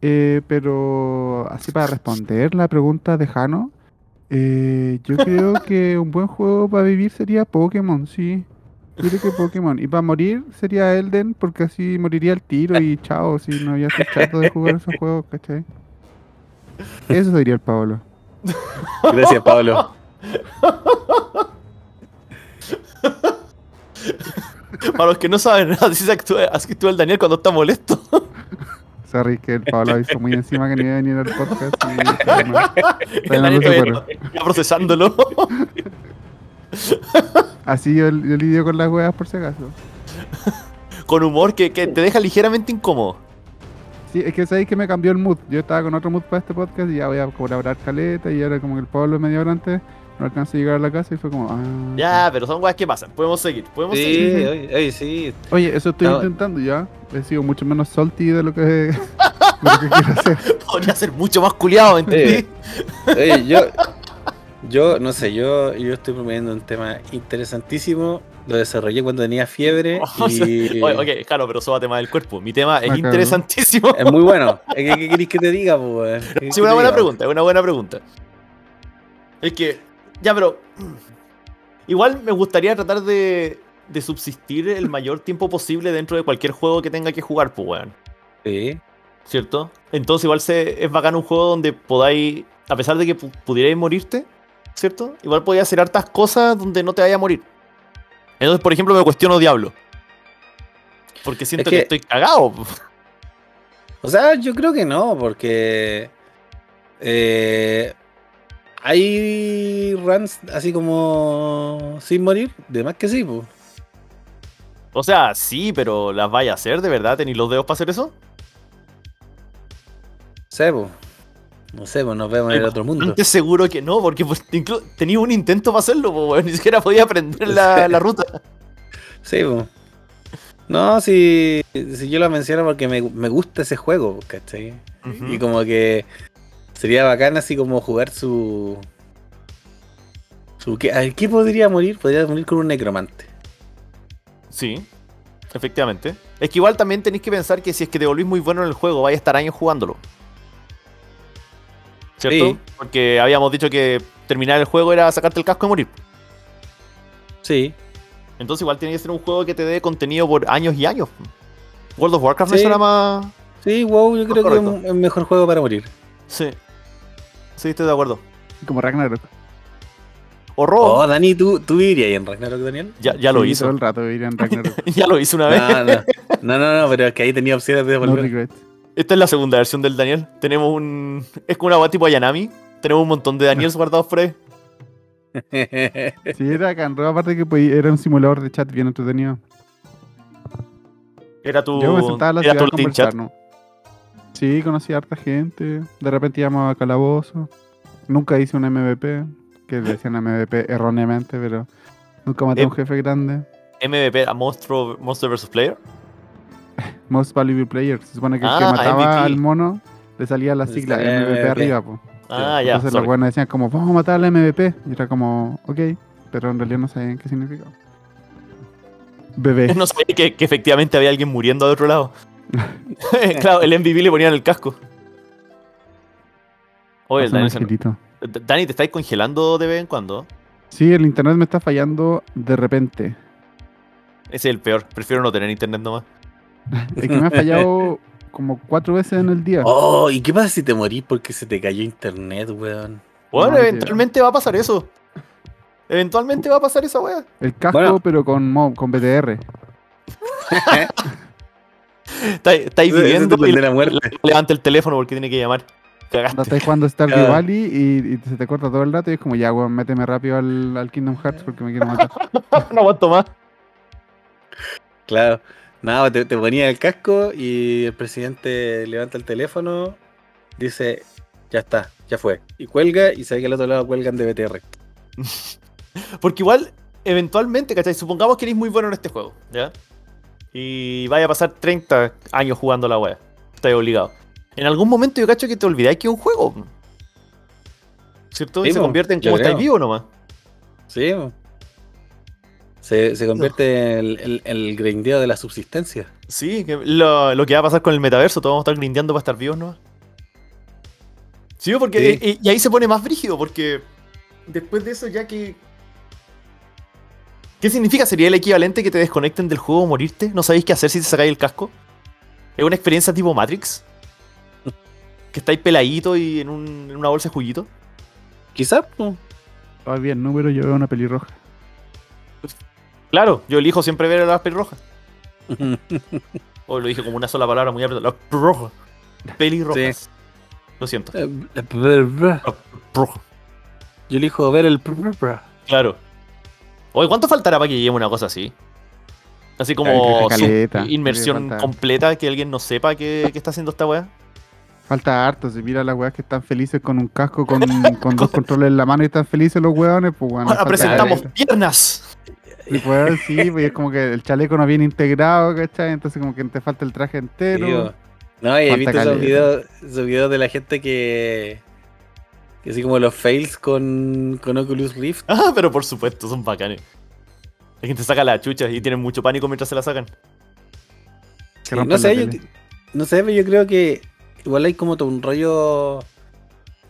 Eh, pero así para responder la pregunta de Jano, eh, yo creo que un buen juego para vivir sería Pokémon, sí. Yo creo que Pokémon. Y para morir sería Elden, porque así moriría al tiro y chao, si no había chato de jugar esos juegos, ¿cachai? Eso diría el Pablo. Gracias, Pablo. Para los que no saben, así se actúa, así actúa el Daniel cuando está molesto. Sorry que el Pablo avisó muy encima que no iba a venir al podcast. y- pero no. El Daniel no se todavía está procesándolo. Así yo, yo lidio con las weas por si acaso. Con humor que, que te deja ligeramente incómodo. Sí, es que sabéis que me cambió el mood. Yo estaba con otro mood para este podcast y ya voy a colaborar caleta y ahora como que el Pablo media hora antes no alcanza a llegar a la casa y fue como... Ah, Ya, pero son weas que pasan. Podemos seguir, podemos seguir. Sí, oye, oye, sí. Oye, eso estoy No. intentando ya. He sido mucho menos salty de lo que, de lo que quiero hacer. Podría ser mucho más culiado, ¿entendí? Eh. Oye, yo, yo, no sé, yo, yo estoy promoviendo un tema interesantísimo. Lo desarrollé cuando tenía fiebre. O sea, Y Oye, ok, claro, pero sóbate más del cuerpo. Mi tema es Bacán. interesantísimo. Es muy bueno. ¿Qué, qué querés que te diga, po, weón? ¿Qué querés Es que una te buena diga? pregunta, es una buena pregunta. Es que, ya, pero. mm, Igual me gustaría tratar de, de subsistir el mayor tiempo posible dentro de cualquier juego que tenga que jugar, pues, weón. Sí. ¿Cierto? Entonces, igual se, es bacán un juego donde podáis, a pesar de que pu- pudierais morirte, ¿cierto? Igual podías hacer hartas cosas donde no te vaya a morir. Entonces, por ejemplo, me cuestiono Diablo. Porque siento que, que- estoy cagado. O sea, yo creo que no, porque eh, hay runs así como sin morir, de más que sí, pues. O sea, sí, pero las vaya a hacer, ¿de verdad? ¿Tenéis los dedos para hacer eso? sé, po. No sé, pues nos vemos en el otro mundo. Antes seguro que no, porque pues, inclu- tenía un intento para hacerlo, po, weón, ni siquiera podía aprender la, la ruta. Sí, po. No, si, si yo lo menciono porque me, me gusta ese juego, ¿cachai? Mm. Y como que sería bacán así como jugar su... su ¿qué, ¿A qué podría morir? Podría morir con un necromante. Sí, efectivamente. Es que igual también tenéis que pensar que si es que te volvís muy bueno en el juego, vais a estar años jugándolo. ¿Cierto? Sí. Porque habíamos dicho que terminar el juego era sacarte el casco y morir. Sí. Entonces igual tiene que ser un juego que te dé contenido por años y años. World of Warcraft me Sí. suena más... Sí, wow, yo creo que es un- el mejor juego para morir. Sí. Sí, estoy de acuerdo. Como Ragnarok. O Oh, Robo. Dani, ¿tú, tú irías ahí en Ragnarok, Daniel? Ya, ya lo Sí, hizo. Todo el rato iría en Ragnarok. ya lo hizo una vez. No, no, no, no, no, pero es que ahí tenía opciones de no volver. regrets. Esta es la segunda versión del Daniel. Tenemos un. Es como una guay tipo Ayanami. Tenemos un montón de Daniels guardados por ahí. Sí, era bacán, pero aparte que podía- era un simulador de chat bien entretenido. Era tu. Yo me sentaba en la era ciudad tu a Latin conversar, chat. ¿no? Sí, conocí a harta gente. De repente íbamos a Calabozo. Nunca hice un MVP, que le decían MVP erróneamente, pero nunca Eh. maté a un jefe grande. MVP a Monstro, Monster vs. Player. Most Valuable Player. Se supone que el que Ah, mataba MVP. al mono le salía la Le sigla salía MVP, MVP. arriba, po. Ah, ya. Entonces los sorry. buenos decían como, vamos a matar al MVP. Y era como, ok, pero en realidad no sabían qué significaba. Bebé. No sabía que, que efectivamente había alguien muriendo de otro lado. claro, el MVP le ponían el casco. Oye, el Pásame Dani, el se- gelito. D- Dani, te estáis congelando de vez en cuando. Sí, el internet me está fallando de repente. Ese es el peor. Prefiero no tener internet nomás. Es que me ha fallado como cuatro veces en el día. Oh, ¿y qué pasa si te morís porque se te cayó internet, weón? Bueno, No, eventualmente va a pasar eso. Eventualmente va a pasar esa wea. El casco, Bueno. pero con, mo- con BTR. Estáis estáis Eso- eso viviendo te y de la muerte. levanta el teléfono porque tiene que llamar. Cagaste. Estás jugando Stardew Claro. Valley y, y se te corta todo el rato y es como, ya, weón, méteme rápido al, al Kingdom Hearts porque me quiero matar. No aguanto más. Claro. Nada, te, te ponía el casco y el presidente levanta el teléfono, dice, ya está, ya fue. Y cuelga y se ve que al otro lado cuelgan de BTR. Porque igual, eventualmente, ¿cachai? Supongamos que eres muy bueno en este juego, ¿ya? Y vaya a pasar 30 años jugando la wea. Estás obligado. En algún momento yo cacho que te olvidáis que es un juego. ¿Cierto? Y Sí, se po, convierte en yo como estáis creo. vivo nomás. Sí. bo. Se, se convierte en el, el, el grindeo de la subsistencia. Sí, que lo, lo que va a pasar con el metaverso, todos vamos a estar grindeando para estar vivos nomás. Sí, porque. Sí. Y, y ahí se pone más brígido, porque después de eso, ya que. ¿Qué significa? ¿Sería el equivalente que te desconecten del juego o morirte? ¿No sabéis qué hacer si te sacáis el casco? ¿Es una experiencia tipo Matrix? ¿Que estáis peladito y en, un- en una bolsa de juguito? Quizás, po. Todavía el número, yo veo una pelirroja. Claro, yo elijo siempre ver a las pelirrojas. O lo dije como una sola palabra muy apretada. Las pelirrojas. Pelirrojas. Lo siento. Yo Rojas. elijo ver el. pr- pr- pr- Claro. Oye, ¿cuánto faltará para que lleguemos a una cosa así? Así como Ay, que su- caleta. inmersión Falta- completa, que alguien no sepa que, que está haciendo esta weá. Falta harto, si mira las weas que están felices con un casco, con, con dos controles en la mano y están felices los weones, pues Ah, weón. Ahora falta presentamos caleta. piernas. Y pues, sí, pues es como que el chaleco no viene integrado, ¿cachai? Entonces como que te falta el traje entero. Digo, no, y he Falta visto esos caleta. videos, esos videos de la gente que. que así como los fails con, con Oculus Rift. Ah, pero por supuesto, son bacanes. La gente saca las chuchas y tienen mucho pánico mientras se la sacan. que no rompen sé, la yo, tele. no sé, pero yo creo que igual hay como todo un rollo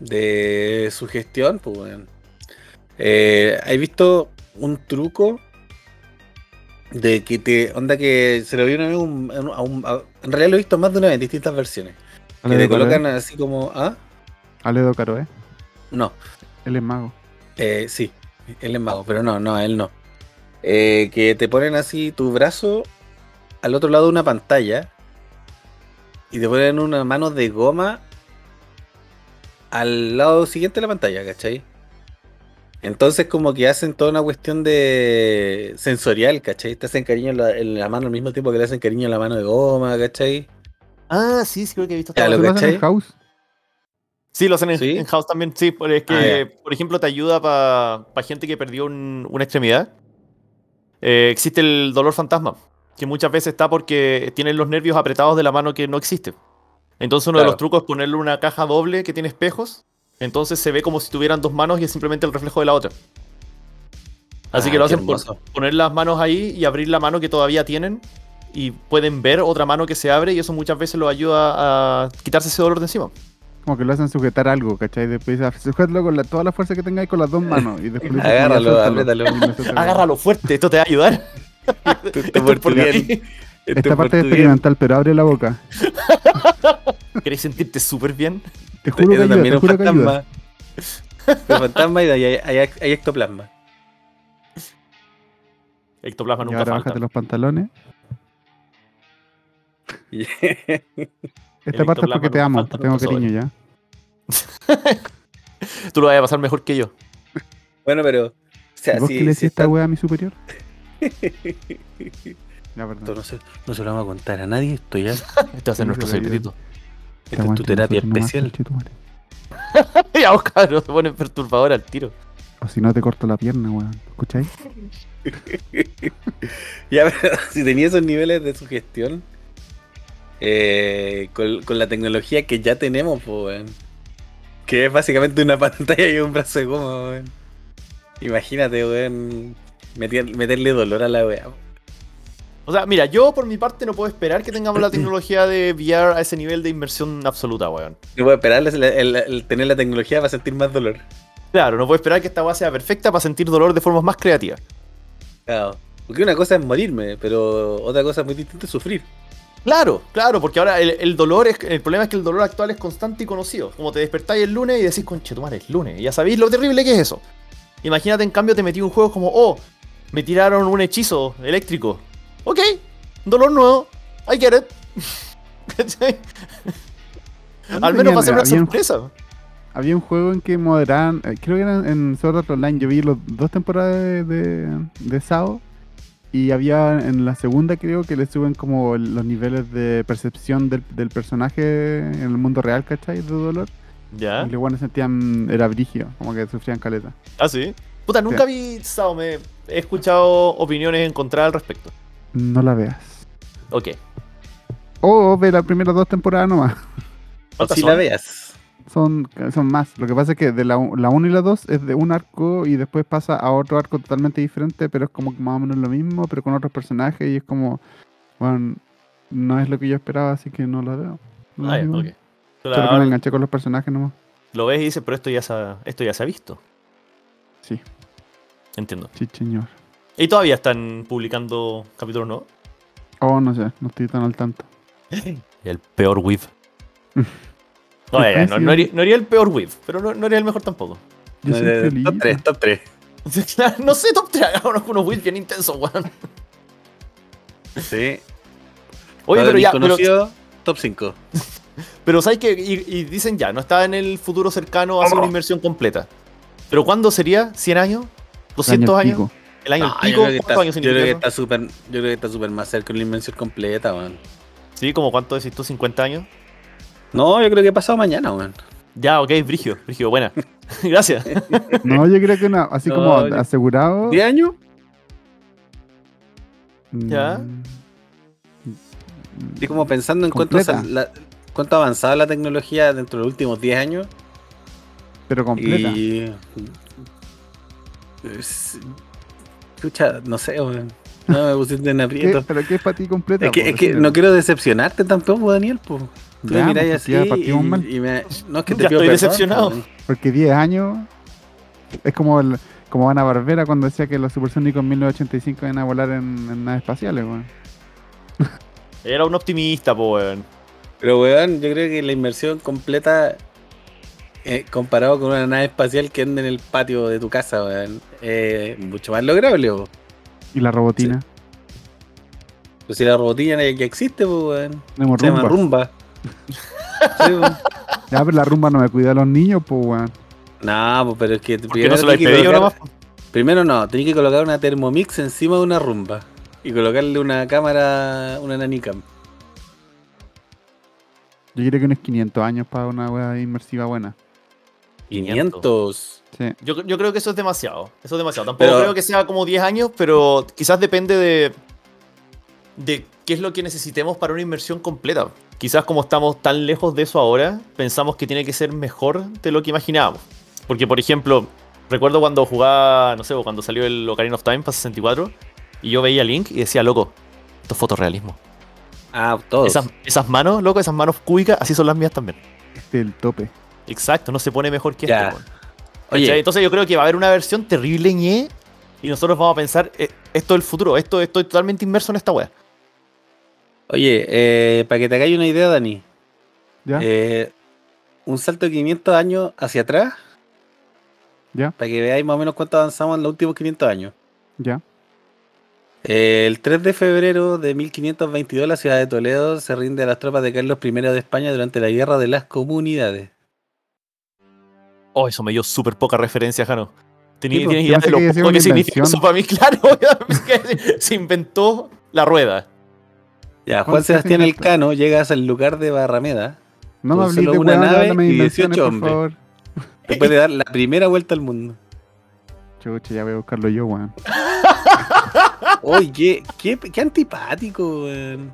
de sugestión, pues weón. Eh, ¿Has visto un truco de que te onda que se lo vi una vez a un- a un- a un- a- en realidad lo he visto más de una vez en distintas versiones que te Aledo Caro, colocan ¿eh? así como ah Aledo Caro, ¿eh? no Él es mago. Eh, sí, él es mago, pero no, no, él no. Eh, que te ponen así tu brazo al otro lado de una pantalla y te ponen una mano de goma al lado siguiente de la pantalla, ¿cachai? Entonces como que hacen toda una cuestión de sensorial, ¿cachai? Te hacen cariño en la, en la mano al mismo tiempo que le hacen cariño en la mano de goma, ¿cachai? Ah, sí, sí, creo que he visto. Ya, esta lo ¿Eso weá. lo hacen en cachai? house? Sí, lo hacen en, ¿Sí? en house también. Sí, pero es que, Ah, por ejemplo, te ayuda para gente que perdió un- una extremidad. Eh, existe el dolor fantasma, que muchas veces está porque tienen los nervios apretados de la mano que no existe. Entonces, uno de los Claro. trucos es ponerle una caja doble que tiene espejos. Entonces se ve como si tuvieran dos manos y es simplemente el reflejo de la otra. Así Ah, que lo qué hacen por hermoso. poner las manos ahí y abrir la mano que todavía tienen y pueden ver otra mano que se abre y eso muchas veces los ayuda a quitarse ese dolor de encima. Como que lo hacen sujetar algo, ¿cachai? pues, Después dice, sujetalo con la- toda la fuerza que tengáis con las dos manos. Y después dice, Agárralo, "Ya, apriétalo. suéltalo". Y lo suelta. Agárralo fuerte, esto te va a ayudar. Esto Esto es por bien, ti. esto Esta por parte es tu bien. experimental, pero abre la boca. ¿Querés sentirte súper bien? Te juro que Era ayuda, también te un juro que ayuda. fantasma. Pero fantasma y hay, hay, hay ectoplasma. Ectoplasma Y nunca ahora falta. bájate los pantalones. Y- Esta parte es porque ectoplasma te nunca amo, falta, te tengo nunca sobra. cariño ya. Tú lo vas a pasar mejor que yo. bueno, pero. O sea, ¿Y ¿Vos si- qué le si decís esta está- wea a mi superior? La Esto verdad. no, se, no se lo vamos a contar a nadie. Esto ya. Este va a ser Sí, nuestro lo digo. secretito. Esta es tu terapia especial. Ya, vos, cabrón, se pone perturbador al tiro. O si no te corto la pierna, weón. ¿Escucháis? Ya, pero si tenía esos niveles de sugestión. eh, con, con la tecnología que ya tenemos, po, weón. Que es básicamente una pantalla y un brazo de goma, weón. Imagínate, weón. meter- meterle dolor a la wea. O sea, mira, yo por mi parte no puedo esperar que tengamos la tecnología de VR a ese nivel de inversión absoluta, weón. No puedo esperar el, el- el tener la tecnología para sentir más dolor. Claro, no puedo esperar que esta weá sea perfecta para sentir dolor de formas más creativas. Claro. Porque una cosa es morirme, pero otra cosa muy distinta es sufrir. Claro, claro, porque ahora el, el dolor es. El problema es que el dolor actual es constante y conocido. Como te despertáis el lunes y decís, conche, tu madre, es lunes. Y ya sabéis lo terrible que es eso. Imagínate, en cambio, te metí un juego como, oh, me tiraron un hechizo eléctrico. Ok, dolor nuevo. I get it. ¿Cachai? Al menos va a ser una Había un- sorpresa. Había un juego en que moderaban, eh, creo que era en Sword Art Online, yo vi los dos temporadas de, de, de SAO y había en la segunda creo que le suben como los niveles de percepción del, del personaje en el mundo real, ¿cachai? De dolor. Ya. Y los buenos sentían, era brigio, como que sufrían caleta. Ah, sí. Puta, nunca vi Sao. Me he escuchado opiniones encontradas al respecto. No la veas. Ok. O ve las primeras dos temporadas nomás. O ¿Cuántas si son? la veas. Son, son más. Lo que pasa es que de la 1 y la 2 es de un arco y después pasa a otro arco totalmente diferente, pero es como que más o menos lo mismo, pero con otros personajes y es como, bueno, no es lo que yo esperaba, así que no lo veo. No lo Ah, ya, digo. ok. Solo Solo que me ahora enganché con los personajes nomás. Lo ves y dices, pero esto ya se ha, esto ya se ha visto. Sí, Entiendo. sí, señor. Y todavía están publicando capítulos nuevos. Oh, no sé, no estoy tan al tanto. El peor whip. No, ya, ya, no, no haría- no haría el peor whip, pero no, no haría el mejor tampoco. Yo soy feliz. top 3, top 3. no sé, top 3, hagamos unos whips bien intensos, weón. Sí. Oye, Para pero mis ya, pero, conocidos, top 5. pero sabes que, y, y dicen ya, no está en el futuro cercano hacer ¡Oh! una inversión completa. Pero ¿cuándo sería? ¿100 años? ¿200 Año años? pico. ¿El año No, pico? Ah, yo creo que ¿Cuántos está- años yo creo que significa eso? está súper, yo creo que está súper más cerca de una invención completa, weón. Sí, como cuánto decís tú, 50 años. No, yo creo que pasado mañana, weón. Ya, ok, Brigio, Brigio, buena. Gracias. No, yo creo que no, así No, como yo- asegurado. ¿10 años? Ya. mm, Y como pensando en cuánto, Completa. sal- la- cuánto ha avanzado la tecnología dentro de los últimos 10 años. Pero completa. Y. Es- Escucha, no sé, weón. No me pusiste en ¿Qué- aprieto. ¿Pero qué es para ti completa? Pues, Es que, po? es que Decídelo. no quiero decepcionarte tampoco, Daniel. Po. Tú Ya, me mirás pues, así ya y, partimos mal. y me... No, es que te Ya pido perdón, estoy decepcionado. weón. Porque 10 años es como el, como Ana Barbera cuando decía que los supersónicos en 1985 iban a volar en, en naves espaciales, weón. Era un optimista, po, weón. Pero, weón, yo creo que la inmersión completa eh, comparado con una nave espacial que anda en el patio de tu casa, weón, eh, mucho más lograble, po. Y la robotina. Pues si la robotilla ya ya existe, po, weón. Tenemos Se llama rumba. rumba. Sí, po. Ya, pero la rumba no me cuida a los niños, pues, weón. No, po, pero es que ¿Por qué no se lo tenés has que pedido colocar- nomás? primero no, tenés que colocar una Thermomix encima de una rumba. Y colocarle una cámara, una nanicam. Yo creo que unos 500 años para una weá inmersiva buena. 500. Sí. Yo, yo creo que eso es demasiado. Eso es demasiado. Tampoco Pero- creo que sea como 10 años, pero quizás depende de. de qué es lo que necesitemos para una inversión completa. Quizás como estamos tan lejos de eso ahora, pensamos que tiene que ser mejor de lo que imaginábamos. Porque, por ejemplo, recuerdo cuando jugaba, no sé, o cuando salió el Ocarina of Time para 64, y yo veía Link y decía, loco, esto es fotorrealismo. Ah, todos. Esas, esas manos, loco, esas manos cúbicas, así son las mías también. Este es el tope. Exacto, no se pone mejor que Ya. esto. weón. Oye. ¿Cachai? Entonces yo creo que va a haber una versión terrible ñe y nosotros vamos a pensar, "Eh, esto es el futuro, esto estoy totalmente inmerso en esta wea. Oye, eh, para que te hagáis una idea, Dani. ¿Ya? Eh, un salto de 500 años hacia atrás. Ya. Para que veáis más o menos cuánto avanzamos en los últimos 500 años. ya. Eh, el 3 de febrero de 1522 la ciudad de Toledo se rinde a las tropas de Carlos I de España durante la Guerra de las Comunidades. Oh, eso me dio súper poca referencia, Jano. Tení- Sí, pues, ¿Tienes yo idea pensé de lo que iba a ser poco una que significa eso invención. para mí? Claro, obviamente, se inventó la rueda. Ya, Juan ¿Cuántos Sebastián años atrás? Elcano llega hasta el lugar de Barrameda No me Con hablé pues, solo de una weá, nave háblame de y 18 invenciones, por hombres. favor. después de dar la primera vuelta al mundo. Chucha, ya voy a buscarlo yo, weón. Oye, qué, qué antipático, weón.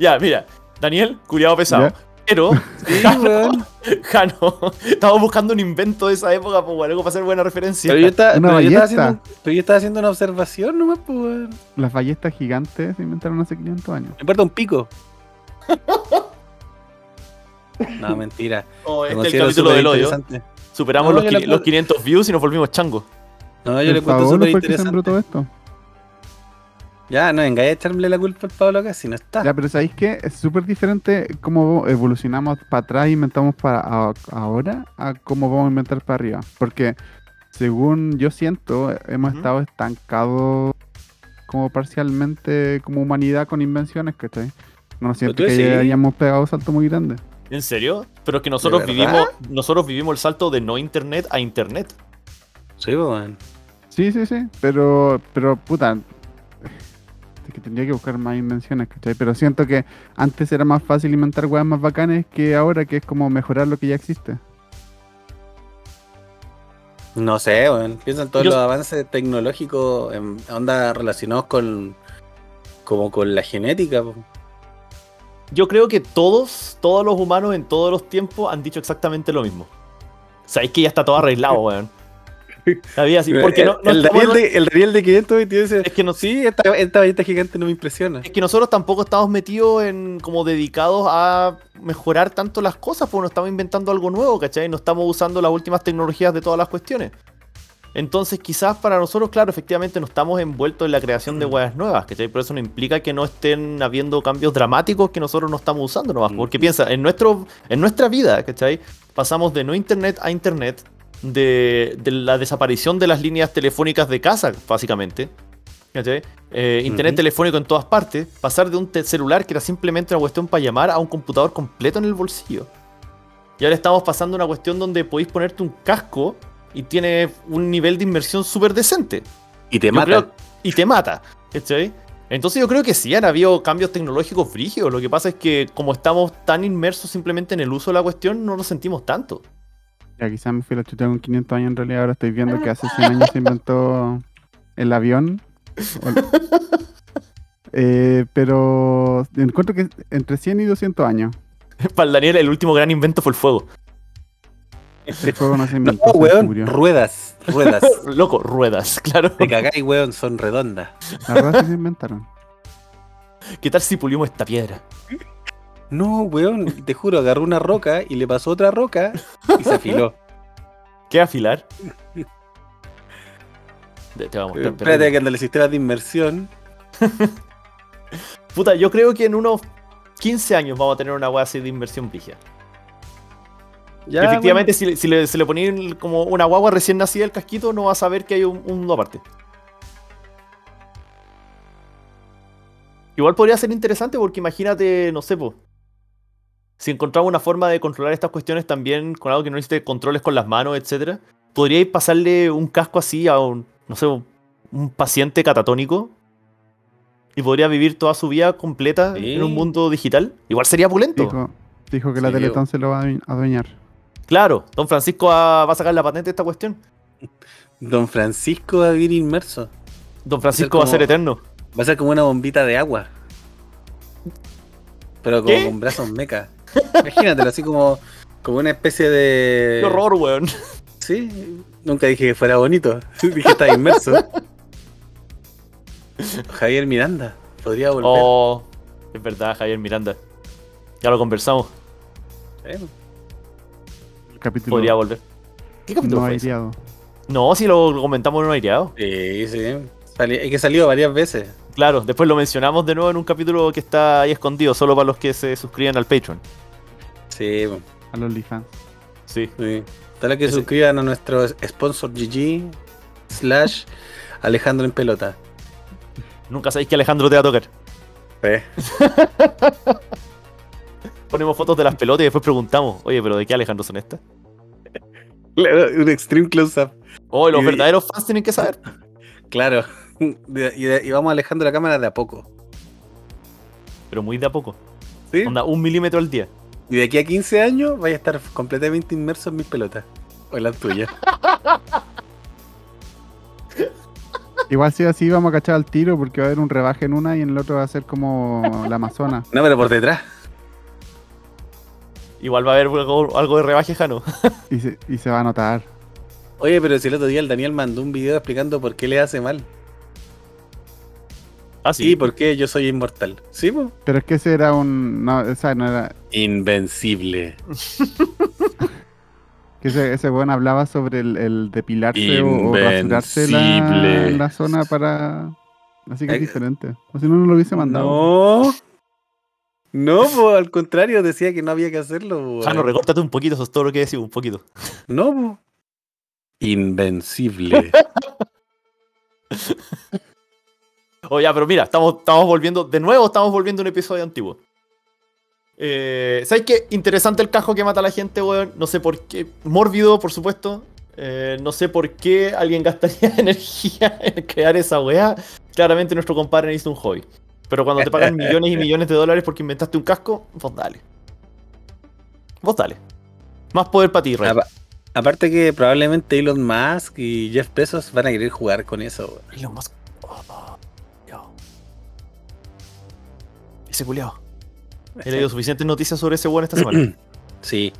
Ya, mira, Daniel, cuidado pesado. Ya. Pero Sí, weón. Jano, estamos buscando un invento de esa época, pues, weón, algo para hacer buena referencia. Pero yo, estaba, Una pero yo estaba ballesta. haciendo, pero yo estaba haciendo una observación nomás, pues, weón. Las ballestas gigantes se inventaron hace 500 años. Me importa un pico. No, mentira. Oh, Lo este es el considero capítulo del hoyo. superinteresante. No, Superamos los, yo la qui- puedo- los 500 views y nos volvimos changos. No, Ah, yo le el cuento Paolo súper fue el que sembró interesante. todo esto. Ya, no, venga, a echarle la culpa al Pablo acá si no está. Ya, pero ¿sabéis qué? Es súper diferente cómo evolucionamos para atrás y inventamos para a- ahora a cómo vamos a inventar para arriba. Porque según yo siento, hemos Ujú. estado estancados como parcialmente como humanidad con invenciones, ¿cachai? No siento tú que decís- hayamos pegado un salto muy grande. ¿En serio? Pero es que nosotros ¿De vivimos, verdad? nosotros vivimos el salto de no internet a internet. Sí, pues, weón. Sí, sí, sí, pero, pero puta, es que tendría que buscar más invenciones, ¿cachai? Pero siento que antes era más fácil inventar weas más bacanes que ahora, que es como mejorar lo que ya existe. No sé, weón. Piensa en todos Eh, Yo- los avances tecnológicos, en onda relacionados con. como con la genética, po. Yo creo que todos, todos los humanos en todos los tiempos han dicho exactamente lo mismo. Sabéis que ya está todo arreglado, weón. Sabía así, porque no, no Eh, el, estamos- Daniel de, el Daniel de 522 dice: es que no Sí, esta, esta varita gigante no me impresiona. Es que nosotros tampoco estamos metidos en como dedicados a mejorar tanto las cosas, porque no estamos inventando algo nuevo, ¿cachai? No estamos usando las últimas tecnologías de todas las cuestiones. Entonces, quizás para nosotros, claro, efectivamente no estamos envueltos en la creación de huevas nuevas, ¿cachai? Pero eso no implica que no estén habiendo cambios dramáticos que nosotros no estamos usando nomás. Mm. Porque piensa, en, nuestro, en nuestra vida, ¿cachai? Pasamos de no internet a internet, de, de la desaparición de las líneas telefónicas de casa, básicamente. ¿Cachai? Eh, internet Ujú. telefónico en todas partes, pasar de un te- celular que era simplemente una cuestión para llamar a un computador completo en el bolsillo. Y ahora estamos pasando a una cuestión donde podéis ponerte un casco y tiene un nivel de inmersión súper decente. Y te Yo creo- y te mata. ¿cachai? Entonces yo creo que sí han habido cambios tecnológicos frígidos. Lo que pasa es que como estamos tan inmersos simplemente en el uso de la cuestión, no nos sentimos tanto. Ya quizás me fui a la chucha con 500 años en realidad, ahora estoy viendo que hace 100 años se inventó el avión. O- Eh, pero encuentro que entre 100 y 200 años. Para el Daniel el último gran invento fue el fuego. El fuego no se No, inventó, se weón, descubrió. ruedas, ruedas. Loco, ruedas, claro. Te cagáis, weón, son redondas. Las ruedas sí se inventaron. ¿Qué tal si pulimos esta piedra? No, weón, te juro, agarró una roca y le pasó otra roca y se afiló. ¿Qué afilar? Te- te vamos, Eh, Espérate que en el sistema de inmersión. Puta, yo creo que en unos 15 años vamos a tener una wea así de inversión pija. Ya, Efectivamente, si, le- si le, se le ponen como una guagua recién nacida el casquito, no va a saber que hay un, un mundo aparte. Igual podría ser interesante porque imagínate, no sé, po, si encontramos una forma de controlar estas cuestiones también con algo que no necesite controles con las manos, etcétera, podríais pasarle un casco así a un, no sé, un paciente catatónico y podría vivir toda su vida completa Sí. en un mundo digital. Igual sería pulento. Dijo, dijo que la Sí, Teletón se lo va a adue- adueñar. Claro, don Francisco va, va a sacar la patente de esta cuestión. weón, Don Francisco va a vivir inmerso. Don Francisco va a como- ser eterno. Va a ser como una bombita de agua. Pero como ¿Qué? con brazos meca. Imagínatelo, así como, como una especie de. Qué horror, weón. Sí, nunca dije que fuera bonito. Dije está inmerso. Javier Miranda, podría volver. Oh, es verdad, Javier Miranda. Ya lo conversamos. Eh, El capítulo Podría volver. ¿Qué capítulo no fue ese? aireado. No, si lo comentamos en un aireado. Sí, sí. Sali- Es que salió varias veces. Claro, después lo mencionamos de nuevo en un capítulo que está ahí escondido, solo para los que se suscriban al Patreon. Sí, po, A los Lifans. Sí. sí. Todos los que Ese- suscriban a nuestro sponsor GG slash Alejandro en pelota. Nunca sabéis que Alejandro te va a tocar. Ponemos fotos de las pelotas y después preguntamos, oye, pero ¿de qué Alejandro son estas? Claro, Un extreme close-up. Oh, los Y- verdaderos fans tienen que saber. Claro. De- Y, de- y vamos alejando la cámara de a poco. Pero muy de a poco. ¿Sí? Onda, un milímetro al día. Y de aquí a 15 años vaya a estar completamente inmerso en mis pelotas. O en las tuyas. Igual si es así vamos a cachar al tiro porque va a haber un rebaje en una y en el otro va a ser como la Amazona. No, pero por detrás. Igual va a haber algo, algo de rebaje, Jano. Y se, y se va a notar. Oye, pero si el otro día el Daniel mandó un video explicando por qué le hace mal. Ah, Sí, por qué yo soy inmortal. Sí, po. Pero es que ese era un. No, o sea, no era. Invencible. Que ese, ese weón hablaba sobre el, el depilarse o- o rasurarse la, Invencible. la zona para. Así que es Eh, diferente. O si no, no lo hubiese mandado. No. No, po, al contrario, decía que no había que hacerlo. po. Jano, recórtate un poquito, eso es todo lo que decimos, un poquito. No, po. Invencible. Oh, ya, pero mira, estamos, estamos volviendo, de nuevo estamos volviendo a un episodio antiguo. Eh, ¿Sabes qué? Interesante el cajo que mata a la gente, weón. No sé por qué. Mórbido, por supuesto. Eh, no sé por qué alguien gastaría energía en crear esa weá. Claramente nuestro compadre necesita un hobby. Pero cuando te pagan millones y millones de dólares porque inventaste un casco, vos dale. Vos dale. Más poder para ti, Rey. Apa- Aparte que probablemente Elon Musk y Jeff Bezos van a querer jugar con eso. weón. Elon Musk. Oh, oh, yo. Ese culiao. He leído suficientes noticias sobre ese weón esta semana. Sí.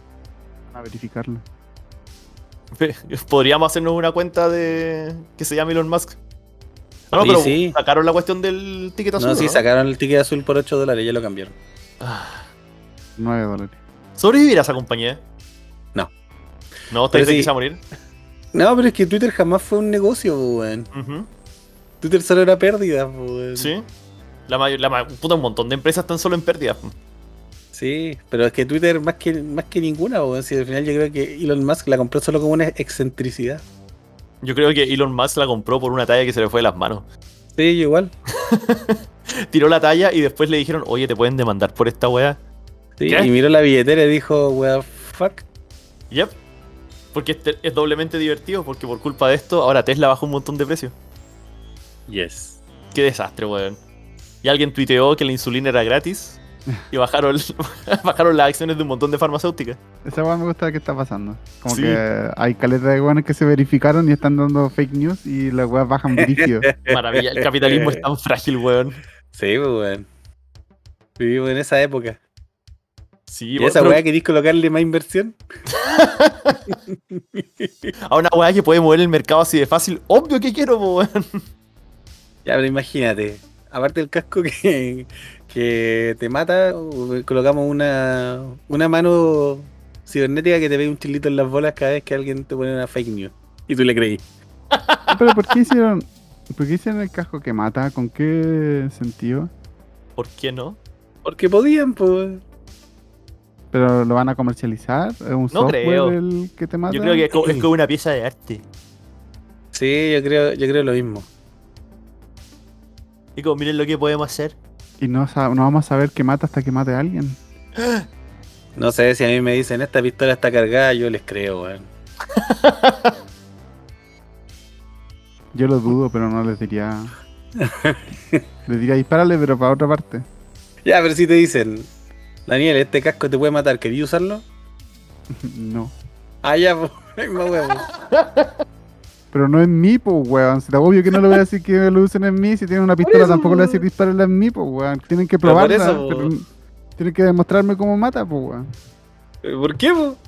A verificarlo. Pe- Podríamos hacernos una cuenta de. que se llame Elon Musk. Ah, No, Oye, pero sí. sacaron la cuestión del ticket azul. No, sí, ¿no? sacaron el ticket azul por 8 dólares, ya lo cambiaron. Ah. 9 dólares. ¿Sobrevivirá esa compañía? No. No, ¿te Pero dice sí. que se va a morir? No, pero es que Twitter jamás fue un negocio, weón. Ujú, Twitter solo era pérdida, weón. Sí. La mayor, la ma- puta, un montón de empresas están solo en pérdida. Sí, pero es que Twitter más que, más que ninguna, weón. Si al final yo creo que Elon Musk la compró solo como una excentricidad. Yo creo que Elon Musk la compró por una talla que se le fue de las manos. Sí, yo igual. Tiró la talla y después le dijeron, oye, te pueden demandar por esta weá. Sí, ¿Qué? y miró la billetera y dijo, weón, fuck. Yep. Porque este es doblemente divertido, porque por culpa de esto, ahora Tesla bajó un montón de precios. Yes. Qué desastre, weón. Y alguien tuiteó que la insulina era gratis y bajaron, bajaron las acciones de un montón de farmacéuticas. Esa weá me gusta que está pasando. Como Sí. que hay caleta de weones que se verificaron y están dando fake news y las weas bajan brígido. Maravilla, el capitalismo es tan frágil, weón. Sí, pues, weón. Vivimos en esa época. Sí, ¿Y, weón, esa pero weá querís colocarle más inversión? a una weá que puede mover el mercado así de fácil, obvio que quiero, po, weón. Ya, pero imagínate. Aparte del casco que, que te mata, u- colocamos una, una mano cibernética que te ve un chilito en las bolas cada vez que alguien te pone una fake news. Y tú le creí. Pero ¿por qué hicieron, por qué hicieron el casco que mata? ¿Con qué sentido? ¿Por qué no? Porque podían, pues. ¿Pero lo van a comercializar? ¿Es un software creo. el que te mata? Yo creo que es co- es como una pieza de arte. Sí, yo creo, yo creo lo mismo. Y como, miren lo que podemos hacer. Y no, sa- no vamos a saber que mata hasta que mate a alguien. No sé si a mí me dicen esta pistola está cargada, yo les creo, weón. Yo lo dudo, pero no les diría... les diría dispárale, pero para otra parte. Ya, pero si te dicen, Daniel, este casco te puede matar, ¿querías usarlo? no. Ah, ya, pues. ay, más huevo. Pero no en mí, po, weón. Si obvio que no le voy a decir que lo usen en mí. Si tienen una pistola, eso, tampoco le voy a decir po. dispararla en mí, po, weón. Tienen que Pero por probarla. eso, po. pero n- tienen que demostrarme cómo mata, po, weón. ¿Por qué, po?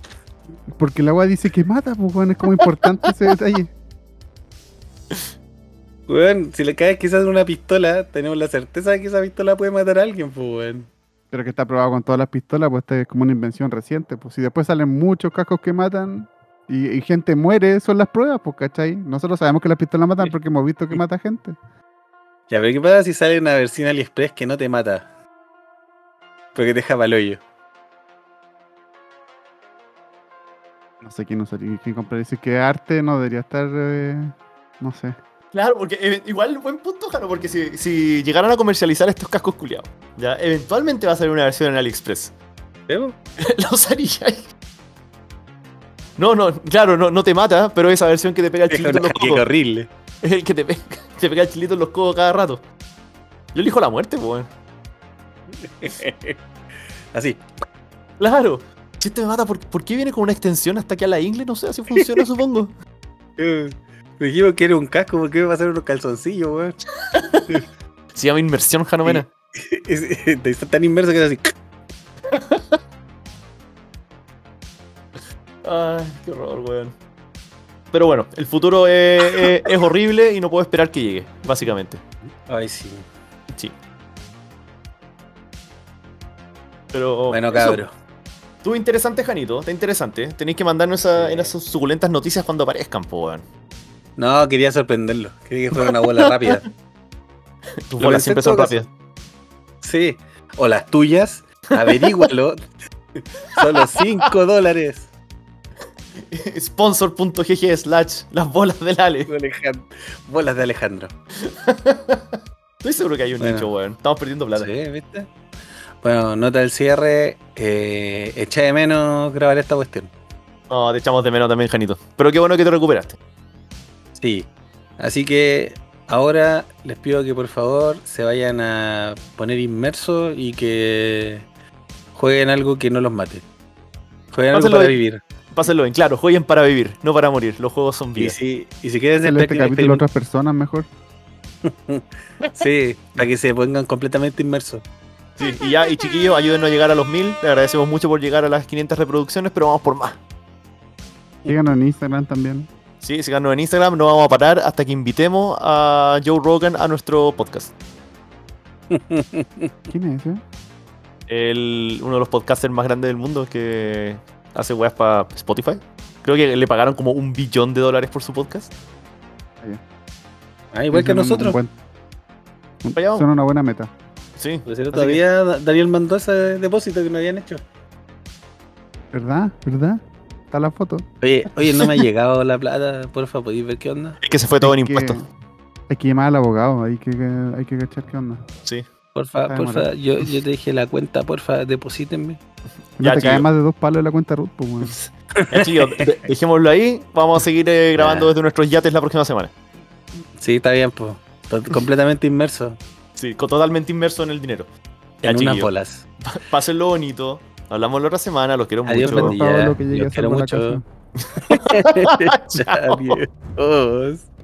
Porque la weá dice que mata, po, weón. Es como importante ese detalle. Weón, si le caes quizás una pistola, tenemos la certeza de que esa pistola puede matar a alguien, pues, weón. Pero que está probado con todas las pistolas, pues esta es como una invención reciente. Pues si después salen muchos cascos que matan y, y gente muere, son las pruebas, pues, ¿cachai? Nosotros sabemos que las pistolas matan porque hemos visto que mata gente. Ya, pero ¿qué pasa si sale una versión AliExpress que no te mata? Porque te deja pa'l hoyo. No sé quién usaría, quién compraría. Si es que arte no debería estar, eh, no sé. Claro, porque eh, igual buen punto, Jano, porque si, si llegaran a comercializar estos cascos culiados, ya eventualmente va a salir una versión en AliExpress. ¿Eh, po? La usaría. No, no, claro, no, no te mata, pero esa versión que te pega el Deja chilito en una los jaqueca codos. horrible. Es el que te pega, te pega el chilito en los codos cada rato. Yo elijo la muerte, pues. weón. Así. Claro. Si este me mata, ¿por, por qué viene con una extensión hasta aquí a la ingle? No sé, así funciona, supongo. Eh, dijimos que era un casco, ¿por qué me pasaron unos calzoncillos, weón? Se llama inmersión janomena. Es- Está tan inmerso que es así. Ay, qué horror, weón. Pero bueno, el futuro es, es- es horrible y no puedo esperar que llegue, básicamente. Ay, sí. Sí. Pero. Bueno, eso. cabro. Estuvo interesante, Janito. Está interesante. Tenéis que mandarnos esa- en esas suculentas noticias cuando aparezcan, po, weón. No, quería sorprenderlo. Quería que fuera una bola rápida. Tus Lo bolas pensé en siempre son todo caso. rápidas. Sí. O las tuyas. Averígualo. Solo 5 dólares. Sponsor.gg slash las bolas del Ale. Alejandro. Bolas de Alejandro. Estoy seguro que hay un Bueno. nicho, weón. Estamos perdiendo plata. Sí, ¿viste? Bueno, nota del cierre. Eh, eché de menos grabar esta cuestión. No, te echamos de menos también, Janito. Pero qué bueno que te recuperaste. Sí. Así que ahora les pido que por favor se vayan a poner inmersos y que jueguen algo que no los mate. Jueguen algo Pásenlo para bien. vivir. Pásenlo bien, claro. Jueguen para vivir, no para morir. Los juegos son Y vida. si, y si quieren Hacerle este estar- capítulo a otras personas mejor. Sí, para que se pongan completamente inmersos. Sí, y ya, y chiquillos, ayúdenos a llegar a los mil. Le agradecemos mucho por llegar a las 500 reproducciones, pero vamos por más. Síganos en Instagram también. Sí, síganos en Instagram, no vamos a parar hasta que invitemos a Joe Rogan a nuestro podcast. ¿Quién es ese? El, uno de los podcasters más grandes del mundo que hace weas para Spotify. Creo que le pagaron como un billón de dólares por su podcast. Ah, igual que Son un- un nosotros. buen- un- Para allá vamos. son una buena meta. Sí. Por cierto, así que- Pues todavía Da- Daniel mandó ese depósito que no habían hecho. ¿Verdad? ¿Verdad? Está la foto. Oye, oye, no me ha llegado la plata, porfa, podéis ver qué onda. es que se fue todo en Hay que- impuestos. Hay que llamar al abogado, hay que, hay que cachar qué onda. Sí. Porfa, Está porfa, demorado. yo, yo te dije la cuenta, porfa, deposítenme. No Ya, te cae chico. más de dos palos en la cuenta Ruth, pues, weón. Ya, chiquillos, de- dejémoslo ahí. Vamos a seguir eh, grabando desde nuestros yates la próxima semana. Sí, está bien, pues. Completamente inmerso Sí, co- totalmente inmerso en el dinero. Ya, en unas chiquillos, bolas. pásenlo bonito. Hablamos la otra semana, los quiero Adiós, mucho. Bendiga. Por favor, lo que llegue Los a quiero salvar mucho. la casa. Adiós.